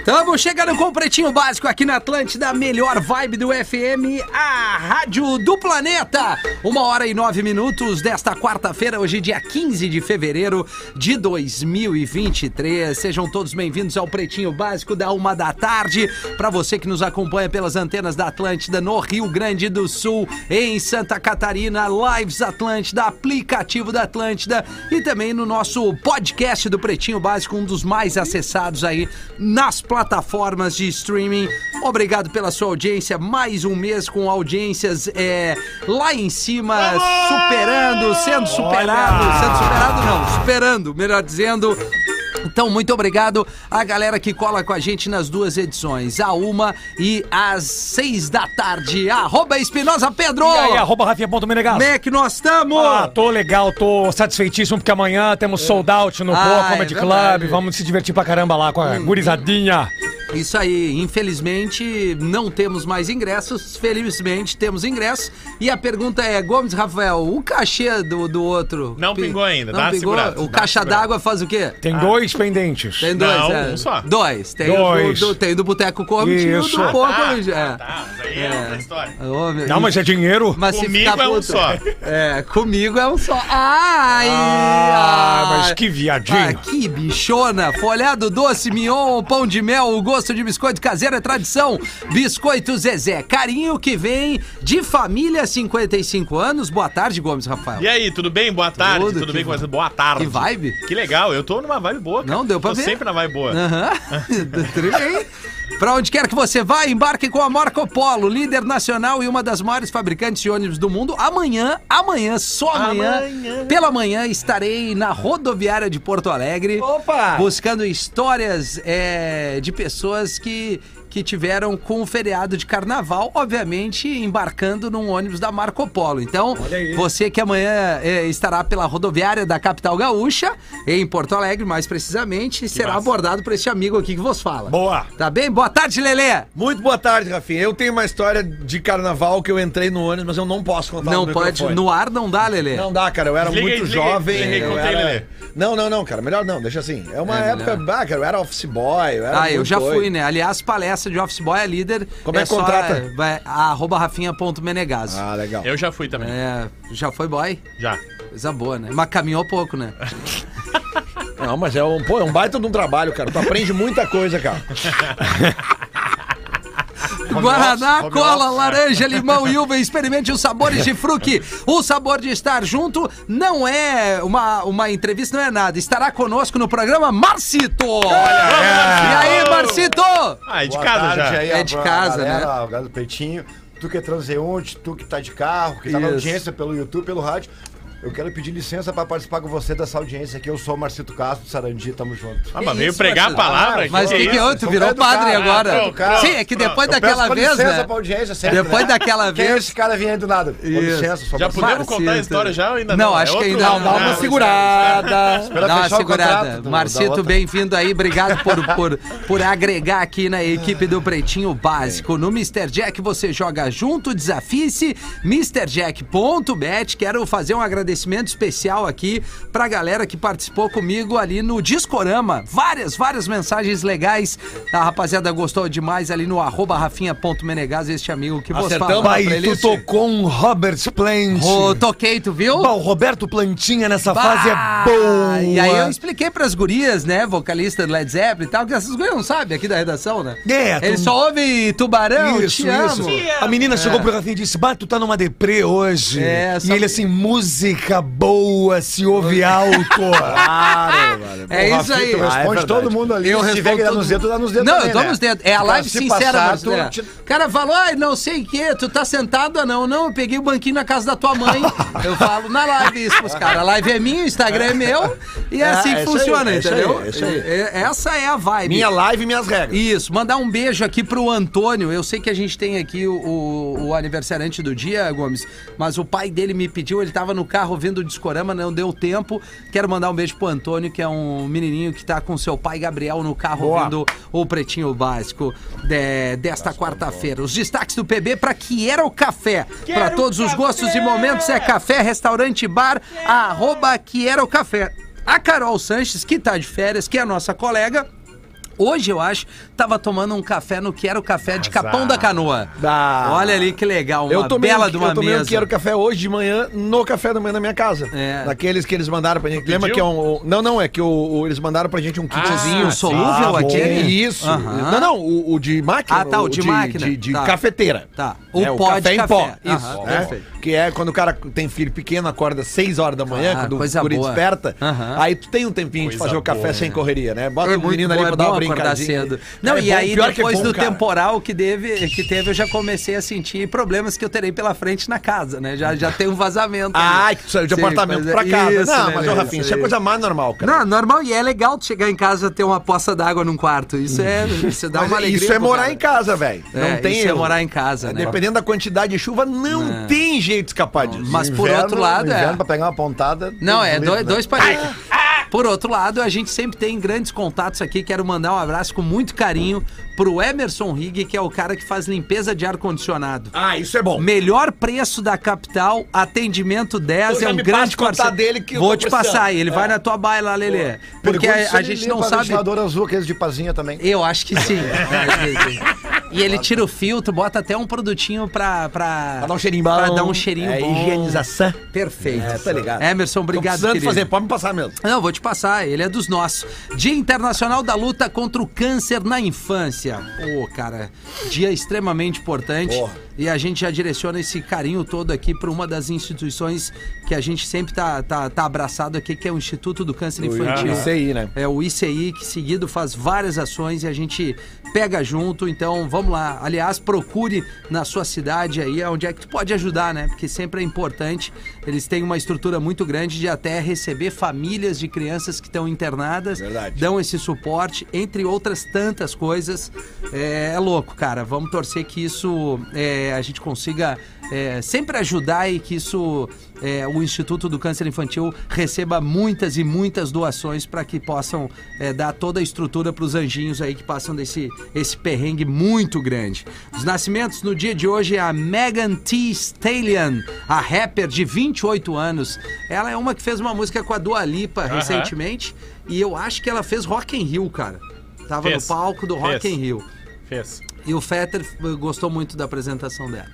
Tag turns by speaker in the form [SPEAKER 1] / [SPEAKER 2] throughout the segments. [SPEAKER 1] Estamos chegando com o Pretinho Básico aqui na Atlântida, a melhor vibe do FM, a rádio do planeta. Uma hora e nove minutos desta quarta-feira, hoje dia 15 de fevereiro de 2023. Sejam todos bem-vindos ao Pretinho Básico da uma da tarde. Para você que nos acompanha pelas antenas da Atlântida no Rio Grande do Sul, em Santa Catarina, Lives Atlântida, aplicativo da Atlântida e também no nosso podcast do Pretinho Básico, um dos mais acessados aí nas plataformas de streaming. Obrigado pela sua audiência. Mais um mês com audiências é, lá em cima, superando, sendo superado, sendo superado não, superando, melhor dizendo. Então, muito obrigado à galera que cola com a gente nas duas edições, a uma e às seis da tarde. Arroba Espinosa Pedro!
[SPEAKER 2] E aí, arroba Rafinha.menegas.
[SPEAKER 1] Como é que nós estamos?
[SPEAKER 2] Ah, tô legal, tô satisfeitíssimo porque amanhã temos sold out no
[SPEAKER 1] Ah,
[SPEAKER 2] Boa
[SPEAKER 1] é
[SPEAKER 2] Comedy
[SPEAKER 1] verdade.
[SPEAKER 2] Club. Vamos se divertir pra caramba lá com
[SPEAKER 3] Hum.
[SPEAKER 2] a gurizadinha.
[SPEAKER 1] Isso aí, infelizmente não temos mais ingressos, felizmente temos ingressos. E a pergunta é, Gomes Rafael, o cachê do, do outro?
[SPEAKER 4] Não
[SPEAKER 1] Pi-
[SPEAKER 4] pingou ainda,
[SPEAKER 1] não
[SPEAKER 4] dá uma
[SPEAKER 1] pingou?
[SPEAKER 4] segurada,
[SPEAKER 1] O
[SPEAKER 4] dá uma
[SPEAKER 1] caixa
[SPEAKER 4] segurada.
[SPEAKER 1] d'água faz o quê?
[SPEAKER 2] Tem
[SPEAKER 3] Ah.
[SPEAKER 2] dois pendentes.
[SPEAKER 1] Tem dois,
[SPEAKER 4] Não,
[SPEAKER 1] é.
[SPEAKER 4] um só.
[SPEAKER 1] Dois. Tem,
[SPEAKER 2] Dois.
[SPEAKER 1] O, do, tem o do Boteco Comedy e o
[SPEAKER 2] Isso.
[SPEAKER 1] do
[SPEAKER 2] Ah,
[SPEAKER 1] Boa
[SPEAKER 4] tá,
[SPEAKER 1] Comedy. É.
[SPEAKER 4] tá, mas aí é outra história.
[SPEAKER 1] Ô, meu,
[SPEAKER 2] Não, mas é dinheiro.
[SPEAKER 1] Mas se
[SPEAKER 4] Comigo
[SPEAKER 1] ficar
[SPEAKER 4] é um
[SPEAKER 1] puto-
[SPEAKER 4] só.
[SPEAKER 1] É, comigo é um só. Ai!
[SPEAKER 2] Ah,
[SPEAKER 1] ai.
[SPEAKER 2] mas que viadinho.
[SPEAKER 1] Ah, que bichona! Folhado doce, mignon, pão de mel, o gosto de biscoito caseiro é tradição. Biscoito Zezé, carinho que vem de família 55 anos. Boa tarde, Gomes Rafael.
[SPEAKER 4] E aí, tudo bem? Boa tarde.
[SPEAKER 1] Tudo,
[SPEAKER 4] Tudo,
[SPEAKER 1] que
[SPEAKER 4] bem com
[SPEAKER 1] vibe.
[SPEAKER 4] essa boa tarde?
[SPEAKER 1] Que vibe?
[SPEAKER 4] Que legal, eu tô numa vibe boa. cara.
[SPEAKER 1] Não, deu pra
[SPEAKER 4] tô
[SPEAKER 1] ver. É.
[SPEAKER 4] sempre na vibe boa.
[SPEAKER 1] Aham, tudo bem. Pra onde quer que você vá, embarque com a Marco Polo, líder nacional e uma das maiores fabricantes de ônibus do mundo. Amanhã, amanhã, só amanhã,
[SPEAKER 4] Amanhã.
[SPEAKER 1] pela manhã, estarei na rodoviária de Porto Alegre.
[SPEAKER 2] Opa!
[SPEAKER 1] Buscando histórias é, de pessoas que, que tiveram com o feriado de carnaval, obviamente embarcando num ônibus da Marco Polo. Então,
[SPEAKER 2] Olha aí.
[SPEAKER 1] você que amanhã é, estará pela rodoviária da capital gaúcha, em Porto Alegre, mais precisamente, será
[SPEAKER 4] massa.
[SPEAKER 1] abordado por este amigo aqui que vos fala.
[SPEAKER 2] Boa.
[SPEAKER 1] Tá bem? Boa tarde, Lelê!
[SPEAKER 3] Muito boa tarde, Rafinha. Eu tenho uma história de carnaval que eu entrei no ônibus, mas eu não posso contar
[SPEAKER 1] Não
[SPEAKER 3] no
[SPEAKER 1] pode,
[SPEAKER 3] microfone.
[SPEAKER 1] no ar não dá, Lelê.
[SPEAKER 3] Não dá, cara. Eu era
[SPEAKER 4] Desliga aí,
[SPEAKER 3] muito
[SPEAKER 4] desliga aí,
[SPEAKER 3] jovem.
[SPEAKER 4] desliga aí,
[SPEAKER 3] eu
[SPEAKER 4] conta aí,
[SPEAKER 3] era-
[SPEAKER 4] Lelê.
[SPEAKER 3] Não, não, não, cara. Melhor não, deixa assim. É uma
[SPEAKER 1] É,
[SPEAKER 3] época.
[SPEAKER 1] melhor.
[SPEAKER 3] Ah, cara, eu era office boy. Eu era
[SPEAKER 1] Ah, eu
[SPEAKER 3] muito
[SPEAKER 1] já fui,
[SPEAKER 3] doido.
[SPEAKER 1] né? Aliás, palestra de Office Boy é líder.
[SPEAKER 3] Como é que
[SPEAKER 1] só,
[SPEAKER 3] contrata?
[SPEAKER 1] é, vai, arroba rafinha.menegaso.
[SPEAKER 3] Ah, legal.
[SPEAKER 4] Eu já fui também.
[SPEAKER 1] É, já foi boy?
[SPEAKER 4] Já.
[SPEAKER 1] Coisa boa, né? Mas caminhou pouco, né?
[SPEAKER 3] Não, mas é um, pô, é um baita de um trabalho, cara. Tu aprende muita coisa, cara.
[SPEAKER 1] Guaraná,
[SPEAKER 4] office, home
[SPEAKER 1] cola,
[SPEAKER 4] office.
[SPEAKER 1] laranja, limão e uva. Experimente os sabores de fruque. O sabor de estar junto não é uma, uma entrevista, não é nada. Estará conosco no programa Marcito. E aí, Marcito?
[SPEAKER 4] Ah, é de
[SPEAKER 5] Boa
[SPEAKER 4] casa
[SPEAKER 5] tarde
[SPEAKER 4] já.
[SPEAKER 5] aí,
[SPEAKER 1] É de
[SPEAKER 5] a- a
[SPEAKER 1] casa, né?
[SPEAKER 5] galera, A galera do Pretinho, tu que é transeunte, tu que tá de carro, que tá na
[SPEAKER 1] Isso.
[SPEAKER 5] audiência pelo YouTube, pelo rádio. Eu quero pedir licença pra participar com você dessa audiência aqui. Eu sou o Marcito Castro, do Sarandi, tamo junto.
[SPEAKER 4] Ah, mas
[SPEAKER 1] Que
[SPEAKER 4] veio
[SPEAKER 1] isso,
[SPEAKER 4] pregar a
[SPEAKER 1] Marcelo?
[SPEAKER 4] palavra aqui.
[SPEAKER 1] Mas o que, que
[SPEAKER 4] isso?
[SPEAKER 1] houve? Tu
[SPEAKER 5] Sou
[SPEAKER 1] virou
[SPEAKER 5] educado,
[SPEAKER 1] padre
[SPEAKER 5] ah,
[SPEAKER 1] agora.
[SPEAKER 4] educado.
[SPEAKER 1] Sim, é que depois
[SPEAKER 4] Eu
[SPEAKER 1] daquela
[SPEAKER 5] peço
[SPEAKER 1] vez,
[SPEAKER 5] licença
[SPEAKER 1] né?
[SPEAKER 5] pra audiência, sempre,
[SPEAKER 1] Depois
[SPEAKER 5] né?
[SPEAKER 1] daquela
[SPEAKER 5] Quem é
[SPEAKER 1] vez.
[SPEAKER 5] esse cara vem aí do nada? Com
[SPEAKER 1] Isso.
[SPEAKER 5] licença, sou
[SPEAKER 4] Já
[SPEAKER 5] Marcito.
[SPEAKER 4] podemos contar a
[SPEAKER 1] Marcito.
[SPEAKER 4] história já ou ainda não?
[SPEAKER 1] então. Não, acho
[SPEAKER 4] É
[SPEAKER 1] que ainda
[SPEAKER 4] outro-
[SPEAKER 1] não.
[SPEAKER 3] Dá uma
[SPEAKER 1] não.
[SPEAKER 3] segurada.
[SPEAKER 1] Dá uma
[SPEAKER 5] fechar o contrato
[SPEAKER 1] segurada.
[SPEAKER 5] do- da
[SPEAKER 1] Marcito,
[SPEAKER 5] outra.
[SPEAKER 1] bem-vindo aí. Obrigado por, por, por agregar aqui na equipe do Pretinho Básico. No Mr. Jack você joga junto, desafie-se. MrJack.bet. Quero fazer um agradecimento especial aqui pra galera que participou comigo ali no Discorama. Várias, várias mensagens legais. A rapaziada gostou demais ali no arroba rafinha.menegas, este amigo que você
[SPEAKER 3] Acertamos
[SPEAKER 1] fala.
[SPEAKER 3] a
[SPEAKER 2] Pai, tu
[SPEAKER 3] playlist?
[SPEAKER 2] tocou um Robert Plant.
[SPEAKER 1] Ô, toquei, tu viu?
[SPEAKER 2] Bah, o Roberto Plantinha nessa
[SPEAKER 1] Bah!
[SPEAKER 2] fase é boa.
[SPEAKER 1] E aí eu expliquei pras gurias, né, vocalista do Led Zeppelin e tal, que essas gurias não sabem aqui da redação, né?
[SPEAKER 2] É,
[SPEAKER 1] Eles
[SPEAKER 2] tu-
[SPEAKER 1] só ouvem Tubarão,
[SPEAKER 2] Isso,
[SPEAKER 1] te amo.
[SPEAKER 2] isso. A menina chegou pro Rafinha e disse: Bah, tu tá numa deprê hoje.
[SPEAKER 1] É,
[SPEAKER 2] E
[SPEAKER 1] só-
[SPEAKER 2] ele assim: música boa se ouve alto.
[SPEAKER 3] Claro, velho.
[SPEAKER 1] É
[SPEAKER 3] Pô,
[SPEAKER 1] isso
[SPEAKER 3] Rafinha,
[SPEAKER 1] aí.
[SPEAKER 3] tu
[SPEAKER 1] Ah,
[SPEAKER 3] responde todo mundo.
[SPEAKER 5] ali.
[SPEAKER 1] Eu
[SPEAKER 5] se
[SPEAKER 1] respondo
[SPEAKER 5] tiver que dar
[SPEAKER 1] todo
[SPEAKER 5] nos dedos, dá nos dedos
[SPEAKER 1] Não,
[SPEAKER 5] também,
[SPEAKER 1] eu dou
[SPEAKER 5] né?
[SPEAKER 1] nos dedos. É a
[SPEAKER 5] Pra
[SPEAKER 1] live
[SPEAKER 5] se
[SPEAKER 1] sincera,
[SPEAKER 5] passar,
[SPEAKER 1] mas,
[SPEAKER 5] tu
[SPEAKER 1] né?
[SPEAKER 5] te-
[SPEAKER 1] O cara falou, ai, não sei o que, tu tá sentado ou não. Não, eu peguei o banquinho na casa da tua mãe. eu falo na live isso pros caras. A live é minha, o Instagram é meu. E é
[SPEAKER 3] Ah,
[SPEAKER 1] assim
[SPEAKER 3] é
[SPEAKER 1] que
[SPEAKER 3] isso aí,
[SPEAKER 1] funciona,
[SPEAKER 3] é isso aí,
[SPEAKER 1] entendeu?
[SPEAKER 3] é isso aí.
[SPEAKER 1] É- é- Essa é a vibe.
[SPEAKER 3] Minha live e minhas regras.
[SPEAKER 1] Isso, mandar um beijo aqui pro Antônio. Eu sei que a gente tem aqui o, o- o aniversariante do dia, Gomes, mas o pai dele me pediu, ele tava no carro vendo o discorama, não deu tempo. Quero mandar um beijo pro Antônio, que é um, um menininho que tá com seu pai Gabriel no carro
[SPEAKER 2] Boa.
[SPEAKER 1] ouvindo o Pretinho Básico de- desta quarta-feira. Os destaques do PB para que era o café. Para todos os gostos e momentos é café, restaurante, bar, arroba que era o café. A Carol Sanches, que tá de férias, que é a nossa colega, Hoje, eu acho, tava tomando um café no que era o café de Capão da Canoa.
[SPEAKER 3] Ah.
[SPEAKER 1] Olha ali que legal, uma
[SPEAKER 3] Eu tomei,
[SPEAKER 1] bela
[SPEAKER 3] um,
[SPEAKER 1] de uma
[SPEAKER 3] eu tomei
[SPEAKER 1] mesa.
[SPEAKER 3] um Quero Café hoje de manhã no café da manhã na minha casa.
[SPEAKER 1] É.
[SPEAKER 3] Daqueles que eles mandaram pra gente. Lembra que é um. Não, não, é que o, o- eles mandaram pra gente um
[SPEAKER 1] Ah,
[SPEAKER 3] kitzinho.
[SPEAKER 1] o solúvel
[SPEAKER 3] Ah, bom.
[SPEAKER 1] aquele?
[SPEAKER 3] é Isso.
[SPEAKER 1] Ah, Aham.
[SPEAKER 3] Não, não, o, o de máquina.
[SPEAKER 1] Ah, tá, o de máquina.
[SPEAKER 3] De, de
[SPEAKER 1] Tá.
[SPEAKER 3] cafeteira.
[SPEAKER 1] Tá.
[SPEAKER 3] O, é, o pó café
[SPEAKER 1] de
[SPEAKER 3] em pó.
[SPEAKER 1] café.
[SPEAKER 3] Isso.
[SPEAKER 1] Aham,
[SPEAKER 3] né?
[SPEAKER 1] perfeito.
[SPEAKER 3] Que é quando o cara tem filho pequeno, acorda 6 horas da manhã,
[SPEAKER 1] Claro,
[SPEAKER 3] quando
[SPEAKER 1] Ah, coisa
[SPEAKER 3] o guri
[SPEAKER 1] boa.
[SPEAKER 3] desperta.
[SPEAKER 1] Aham.
[SPEAKER 3] Aí tu tem um tempinho de
[SPEAKER 4] Coisa
[SPEAKER 3] fazer o café
[SPEAKER 4] boa,
[SPEAKER 3] sem correria, né? Bota o menino ali
[SPEAKER 1] é bom,
[SPEAKER 3] pra dar uma
[SPEAKER 1] bom acordar
[SPEAKER 3] brincadinha.
[SPEAKER 1] cedo.
[SPEAKER 3] Cara,
[SPEAKER 1] Não,
[SPEAKER 3] é
[SPEAKER 1] e
[SPEAKER 3] bom,
[SPEAKER 1] aí
[SPEAKER 3] pior que é
[SPEAKER 1] depois
[SPEAKER 3] bom,
[SPEAKER 1] do
[SPEAKER 3] cara.
[SPEAKER 1] temporal que, deve, que teve, eu já comecei a sentir problemas que eu terei pela frente na casa, né? Já, já tem um vazamento.
[SPEAKER 3] Ah,
[SPEAKER 1] ali.
[SPEAKER 3] que tu saiu de
[SPEAKER 1] Sim,
[SPEAKER 3] apartamento
[SPEAKER 1] coisa-
[SPEAKER 3] pra casa.
[SPEAKER 1] Isso,
[SPEAKER 3] não,
[SPEAKER 1] né,
[SPEAKER 3] mas, ô,
[SPEAKER 1] isso,
[SPEAKER 3] Rafinha, isso é
[SPEAKER 1] isso.
[SPEAKER 3] coisa mais normal, cara.
[SPEAKER 1] Não, normal e é legal tu chegar em casa e ter uma poça d'água num quarto. Isso é, isso dá
[SPEAKER 3] Mas
[SPEAKER 1] uma alegria.
[SPEAKER 3] isso é
[SPEAKER 1] pro
[SPEAKER 3] morar
[SPEAKER 1] cara.
[SPEAKER 3] em casa, velho.
[SPEAKER 1] É,
[SPEAKER 3] não tem
[SPEAKER 1] isso é
[SPEAKER 3] erro.
[SPEAKER 1] morar em casa, né?
[SPEAKER 3] Dependendo da quantidade de chuva, não, tem jeito de escapar disso.
[SPEAKER 1] Mas por
[SPEAKER 5] Inverno-
[SPEAKER 1] outro lado, é.
[SPEAKER 5] inverno pra pegar uma pontada.
[SPEAKER 1] Não, é
[SPEAKER 5] bonito,
[SPEAKER 1] dois,
[SPEAKER 5] né?
[SPEAKER 1] dois palitos. Por outro lado, a gente sempre tem grandes contatos aqui. Quero mandar um abraço com muito carinho pro Emerson Rigg, que é o cara que faz limpeza de ar-condicionado.
[SPEAKER 3] Ah, isso é bom.
[SPEAKER 1] Melhor preço da capital, atendimento 10,
[SPEAKER 3] Então
[SPEAKER 1] é
[SPEAKER 3] já
[SPEAKER 1] um
[SPEAKER 3] me
[SPEAKER 1] grande
[SPEAKER 3] passa o contato
[SPEAKER 1] parceiro.
[SPEAKER 3] dele que eu
[SPEAKER 1] Vou
[SPEAKER 3] tô
[SPEAKER 1] te
[SPEAKER 3] precisando.
[SPEAKER 1] passar aí, ele vai
[SPEAKER 3] É.
[SPEAKER 1] na tua baila, Lelê. Porque
[SPEAKER 5] Pergunta se
[SPEAKER 1] a, a
[SPEAKER 5] ele
[SPEAKER 1] gente
[SPEAKER 5] limpa
[SPEAKER 1] não sabe.
[SPEAKER 5] ventilador azul, aqueles de pazinha também.
[SPEAKER 1] Eu acho que sim. E ele tira o filtro, bota até um produtinho pra. Pra,
[SPEAKER 3] Pra dar um cheirinho bom.
[SPEAKER 1] Pra dar um cheirinho
[SPEAKER 3] É,
[SPEAKER 1] bom.
[SPEAKER 3] higienização.
[SPEAKER 1] Perfeito.
[SPEAKER 3] É, tá ligado.
[SPEAKER 1] Emerson,
[SPEAKER 3] Tô
[SPEAKER 1] obrigado,
[SPEAKER 3] precisando
[SPEAKER 1] querido.
[SPEAKER 3] fazer, pode me passar mesmo.
[SPEAKER 1] Não, vou te passar, ele é dos nossos. Dia Internacional da Luta contra o Câncer na Infância. Pô, cara, dia extremamente importante. E a gente já direciona esse carinho todo aqui para uma das instituições que a gente sempre tá, tá, tá abraçado aqui, que é o Instituto do Câncer Infantil.
[SPEAKER 3] Isso aí, né?
[SPEAKER 1] É o ICI, que seguido faz várias ações e a gente pega junto. Então, vamos lá. Aliás, procure na sua cidade aí onde é que tu pode ajudar, né? Porque sempre é importante. Eles têm uma estrutura muito grande de até receber famílias de crianças que estão internadas.
[SPEAKER 3] Verdade.
[SPEAKER 1] Dão esse suporte, entre outras tantas coisas. É, é louco, cara. Vamos torcer que isso é, a gente consiga é, sempre ajudar e que isso é, o Instituto do Câncer Infantil receba muitas e muitas doações para que possam é, dar toda a estrutura para os anjinhos aí que passam desse esse perrengue muito grande. Os nascimentos no dia de hoje é a Megan Thee Stallion, a rapper de 28 anos. Ela é uma que fez uma música com a Dua Lipa recentemente e eu acho que ela fez Rock in Rio, cara. Tava
[SPEAKER 4] Fez.
[SPEAKER 1] no palco do Rock
[SPEAKER 4] Fez.
[SPEAKER 1] in Rio.
[SPEAKER 4] Fez.
[SPEAKER 1] E o Fetter eh, gostou muito da apresentação dela.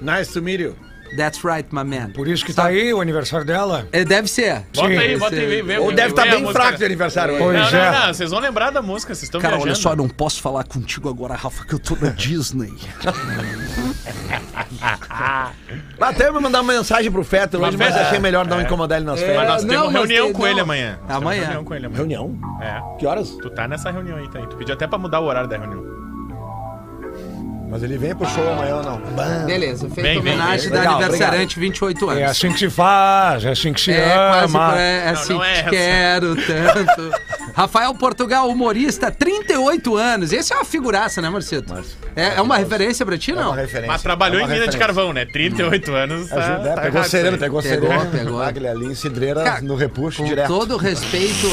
[SPEAKER 3] Nice to meet you.
[SPEAKER 1] That's right, my man.
[SPEAKER 2] Por isso que tá aí o aniversário dela.
[SPEAKER 1] Eh, Deve ser.
[SPEAKER 4] Bota aí,
[SPEAKER 1] Sim. tá
[SPEAKER 4] bota aí, vem, vem.
[SPEAKER 3] Ou
[SPEAKER 4] vem,
[SPEAKER 3] deve
[SPEAKER 4] vem
[SPEAKER 3] estar
[SPEAKER 4] É, a
[SPEAKER 3] bem
[SPEAKER 4] música.
[SPEAKER 3] fraco de aniversário hoje.
[SPEAKER 2] Pois
[SPEAKER 4] Não,
[SPEAKER 2] é.
[SPEAKER 4] não, não, vocês vão lembrar da música, vocês estão
[SPEAKER 1] Cara,
[SPEAKER 4] viajando.
[SPEAKER 1] olha só, não posso falar contigo agora, Rafa, que eu tô na Disney.
[SPEAKER 3] Até eu mandar uma mensagem pro Fetter hoje, mas
[SPEAKER 4] Mas é.
[SPEAKER 3] achei melhor não incomodar ele nas
[SPEAKER 4] Mas
[SPEAKER 3] férias.
[SPEAKER 4] nós
[SPEAKER 1] É, não,
[SPEAKER 4] temos
[SPEAKER 1] mas
[SPEAKER 4] reunião
[SPEAKER 1] tem-
[SPEAKER 4] com
[SPEAKER 1] não.
[SPEAKER 4] ele amanhã. Nós temos
[SPEAKER 1] Amanhã.
[SPEAKER 4] reunião com ele amanhã.
[SPEAKER 3] Reunião?
[SPEAKER 4] É.
[SPEAKER 3] Que horas?
[SPEAKER 4] Tu tá nessa reunião aí, tá aí. Tu pediu até pra mudar o horário da reunião.
[SPEAKER 5] Mas ele vem pro show amanhã ou não?
[SPEAKER 1] Beleza, feita
[SPEAKER 4] Vem, vem,
[SPEAKER 1] homenagem
[SPEAKER 4] vem.
[SPEAKER 1] da
[SPEAKER 3] Legal,
[SPEAKER 1] aniversariante, 28 anos.
[SPEAKER 2] É assim que se faz, é assim que se
[SPEAKER 1] quase pra-
[SPEAKER 2] ama.
[SPEAKER 1] é assim
[SPEAKER 4] não é
[SPEAKER 1] que te
[SPEAKER 4] essa.
[SPEAKER 1] quero tanto. Rafael Portugal, humorista, 38 anos. Esse é uma figuraça, né, Marcito? É, é uma referência pra ti,
[SPEAKER 5] É
[SPEAKER 1] não?
[SPEAKER 5] uma referência.
[SPEAKER 4] Mas trabalhou
[SPEAKER 5] é
[SPEAKER 4] em
[SPEAKER 5] uma
[SPEAKER 4] mina de
[SPEAKER 5] referência.
[SPEAKER 4] carvão, né? 38 anos.
[SPEAKER 5] É,
[SPEAKER 4] tá-
[SPEAKER 5] Gilberto,
[SPEAKER 4] tá
[SPEAKER 5] pegou
[SPEAKER 4] errado isso
[SPEAKER 5] sereno,
[SPEAKER 4] aí.
[SPEAKER 5] pegou
[SPEAKER 1] Pegou,
[SPEAKER 5] sereno.
[SPEAKER 1] pegou.
[SPEAKER 5] Magli ali em cidreira,
[SPEAKER 1] Cara,
[SPEAKER 5] no repuxo,
[SPEAKER 1] Com
[SPEAKER 5] direto.
[SPEAKER 1] todo o respeito,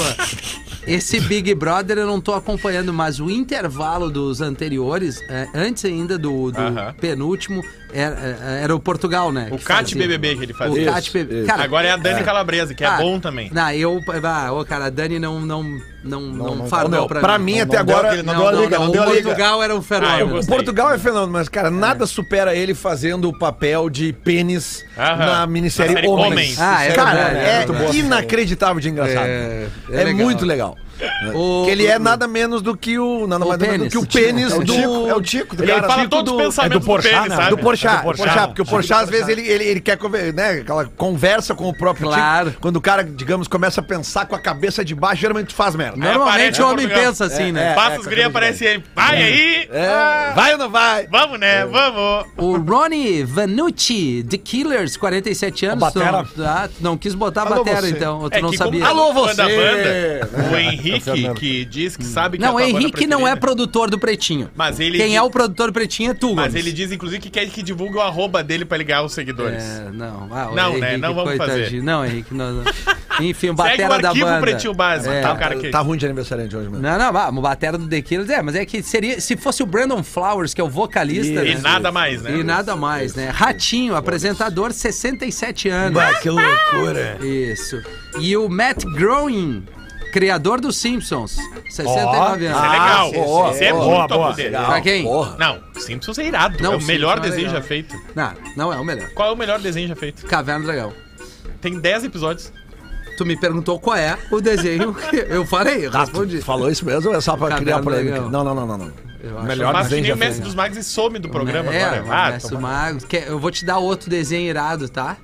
[SPEAKER 1] esse Big Brother eu não tô acompanhando, mas o intervalo dos anteriores, é, antes ainda do, do
[SPEAKER 4] Aham.
[SPEAKER 1] penúltimo, era, é, era o Portugal, né?
[SPEAKER 4] O
[SPEAKER 1] que
[SPEAKER 4] Cat
[SPEAKER 1] fazia.
[SPEAKER 4] BBB que ele
[SPEAKER 1] O
[SPEAKER 4] fazia.
[SPEAKER 1] Cat BBB. Cara,
[SPEAKER 4] Agora é a Dani Calabresa, que é
[SPEAKER 1] ah,
[SPEAKER 4] bom também.
[SPEAKER 1] Não, eu. Ah, ô, cara, a Dani não, não, não, não,
[SPEAKER 5] não-
[SPEAKER 1] farmou
[SPEAKER 3] Não,
[SPEAKER 1] pra,
[SPEAKER 3] pra
[SPEAKER 1] mim.
[SPEAKER 3] mim
[SPEAKER 5] Não,
[SPEAKER 3] até
[SPEAKER 5] não deu
[SPEAKER 3] agora.
[SPEAKER 5] aquele-
[SPEAKER 1] Não,
[SPEAKER 5] não deu a
[SPEAKER 1] não,
[SPEAKER 5] liga,
[SPEAKER 1] não.
[SPEAKER 5] não deu a
[SPEAKER 1] o
[SPEAKER 5] liga.
[SPEAKER 1] Portugal era um fenômeno.
[SPEAKER 4] Ah, gostei.
[SPEAKER 3] Portugal é fenômeno, mas, cara, nada supera ele fazendo o papel de pênis
[SPEAKER 4] Aham.
[SPEAKER 3] na minissérie
[SPEAKER 4] Na série
[SPEAKER 3] Homens.
[SPEAKER 4] Homens.
[SPEAKER 1] Ah, é
[SPEAKER 3] cara,
[SPEAKER 1] verdade, é
[SPEAKER 3] é,
[SPEAKER 1] verdade.
[SPEAKER 3] inacreditável de engraçado.
[SPEAKER 1] É,
[SPEAKER 3] É,
[SPEAKER 1] é legal.
[SPEAKER 3] muito legal.
[SPEAKER 1] O-
[SPEAKER 3] que ele é nada menos do que o nada
[SPEAKER 1] O
[SPEAKER 3] mais nada menos
[SPEAKER 1] pênis,
[SPEAKER 3] do
[SPEAKER 1] o
[SPEAKER 3] que o
[SPEAKER 1] Tico.
[SPEAKER 3] pênis
[SPEAKER 5] É o
[SPEAKER 3] do
[SPEAKER 5] Tico, é o Tico do
[SPEAKER 3] ele
[SPEAKER 5] cara.
[SPEAKER 4] Fala
[SPEAKER 3] Tico
[SPEAKER 4] todos
[SPEAKER 3] do-
[SPEAKER 4] os pensamentos do,
[SPEAKER 2] Porchat,
[SPEAKER 4] pênis,
[SPEAKER 2] né?
[SPEAKER 4] sabe?
[SPEAKER 3] do Porchat,
[SPEAKER 2] do Porchat.
[SPEAKER 3] Porchat, porque o Porchat às vezes ele, ele, ele quer conver- né, aquela conversa com o próprio
[SPEAKER 1] Claro.
[SPEAKER 3] Tico. Quando o cara, digamos, começa a pensar com a cabeça de baixo, geralmente tu faz merda.
[SPEAKER 1] Normalmente
[SPEAKER 4] aparece
[SPEAKER 1] o homem
[SPEAKER 4] Portugal.
[SPEAKER 1] pensa assim,
[SPEAKER 3] É,
[SPEAKER 1] né?
[SPEAKER 3] é.
[SPEAKER 4] Passa os gria, aparece ele. Vai aí!
[SPEAKER 3] É,
[SPEAKER 4] Ah,
[SPEAKER 3] vai ou não vai?
[SPEAKER 4] Vamos, né? Vamos!
[SPEAKER 1] O Ronnie Vanucci, The Killers, 47 anos.
[SPEAKER 2] batera.
[SPEAKER 1] Tu- ah, tu não quis botar a
[SPEAKER 5] Alô,
[SPEAKER 1] batera,
[SPEAKER 5] você.
[SPEAKER 1] então. ou Tu não
[SPEAKER 4] É que
[SPEAKER 1] sabia.
[SPEAKER 4] como tá
[SPEAKER 3] Alô,
[SPEAKER 4] fã da
[SPEAKER 3] você!
[SPEAKER 4] banda, o
[SPEAKER 5] É o
[SPEAKER 4] Henrique,
[SPEAKER 5] Fernando.
[SPEAKER 4] que diz que sabe que
[SPEAKER 1] não, o
[SPEAKER 4] a tua banda
[SPEAKER 1] Henrique não é
[SPEAKER 4] preferida-
[SPEAKER 1] produtor do Pretinho.
[SPEAKER 4] Mas ele
[SPEAKER 1] Quem
[SPEAKER 4] diz-
[SPEAKER 1] é o produtor do Pretinho é tu,
[SPEAKER 4] Mas
[SPEAKER 1] Gomes.
[SPEAKER 4] ele diz, inclusive, que quer que divulgue o arroba dele pra ligar os seguidores.
[SPEAKER 1] É, não, ah, o
[SPEAKER 4] Não, né?
[SPEAKER 1] Henrique,
[SPEAKER 4] Não vamos fazer.
[SPEAKER 1] coitadinho. Não, Henrique, não. não. Enfim, o
[SPEAKER 4] Segue o
[SPEAKER 1] batera da
[SPEAKER 4] arquivo
[SPEAKER 1] banda.
[SPEAKER 4] Pretinho Básico.
[SPEAKER 1] É.
[SPEAKER 4] Tá, o cara que...
[SPEAKER 3] Tá ruim de aniversariante hoje, mano.
[SPEAKER 1] Não, não, mas o batera do The Killers, é, mas é que seria, se fosse o Brandon Flowers, que é o vocalista,
[SPEAKER 4] E
[SPEAKER 1] né?
[SPEAKER 4] nada mais, né?
[SPEAKER 1] E nada mais, né? Ratinho, apresentador, 67 anos.
[SPEAKER 3] que loucura.
[SPEAKER 1] Isso. E o Matt Groening, criador dos Simpsons, 69
[SPEAKER 4] Isso é
[SPEAKER 1] anos.
[SPEAKER 4] legal.
[SPEAKER 3] sim, sim.
[SPEAKER 4] Isso é
[SPEAKER 3] Boa,
[SPEAKER 4] muito
[SPEAKER 2] boa.
[SPEAKER 4] a poder.
[SPEAKER 1] Pra quem?
[SPEAKER 3] Porra.
[SPEAKER 4] Não, Simpsons é irado.
[SPEAKER 1] Não,
[SPEAKER 4] é o melhor
[SPEAKER 1] Simpsons é
[SPEAKER 4] desenho
[SPEAKER 1] legal.
[SPEAKER 4] já feito.
[SPEAKER 1] Não, não é o melhor.
[SPEAKER 4] Qual é o melhor desenho já feito?
[SPEAKER 1] Caverna do Dragão.
[SPEAKER 4] Tem 10 episódios.
[SPEAKER 1] Tu me perguntou qual é o desenho que eu falei, eu
[SPEAKER 4] Tá,
[SPEAKER 3] Ah, tu
[SPEAKER 1] respondi.
[SPEAKER 3] falou isso mesmo ou é só pra
[SPEAKER 1] Tá
[SPEAKER 3] criar
[SPEAKER 1] vendo,
[SPEAKER 3] polêmica?
[SPEAKER 1] Daniel?
[SPEAKER 3] Não, não, não, não. não.
[SPEAKER 1] Eu acho
[SPEAKER 3] Melhor
[SPEAKER 4] Mas que
[SPEAKER 3] desenho
[SPEAKER 4] nem
[SPEAKER 3] já
[SPEAKER 4] o Mestre
[SPEAKER 3] feito.
[SPEAKER 4] dos Magos e some do né? programa
[SPEAKER 1] é,
[SPEAKER 4] agora.
[SPEAKER 1] o
[SPEAKER 4] Ah,
[SPEAKER 1] Mestre
[SPEAKER 4] toma.
[SPEAKER 1] Mago. Quer- eu vou te dar outro desenho irado, tá?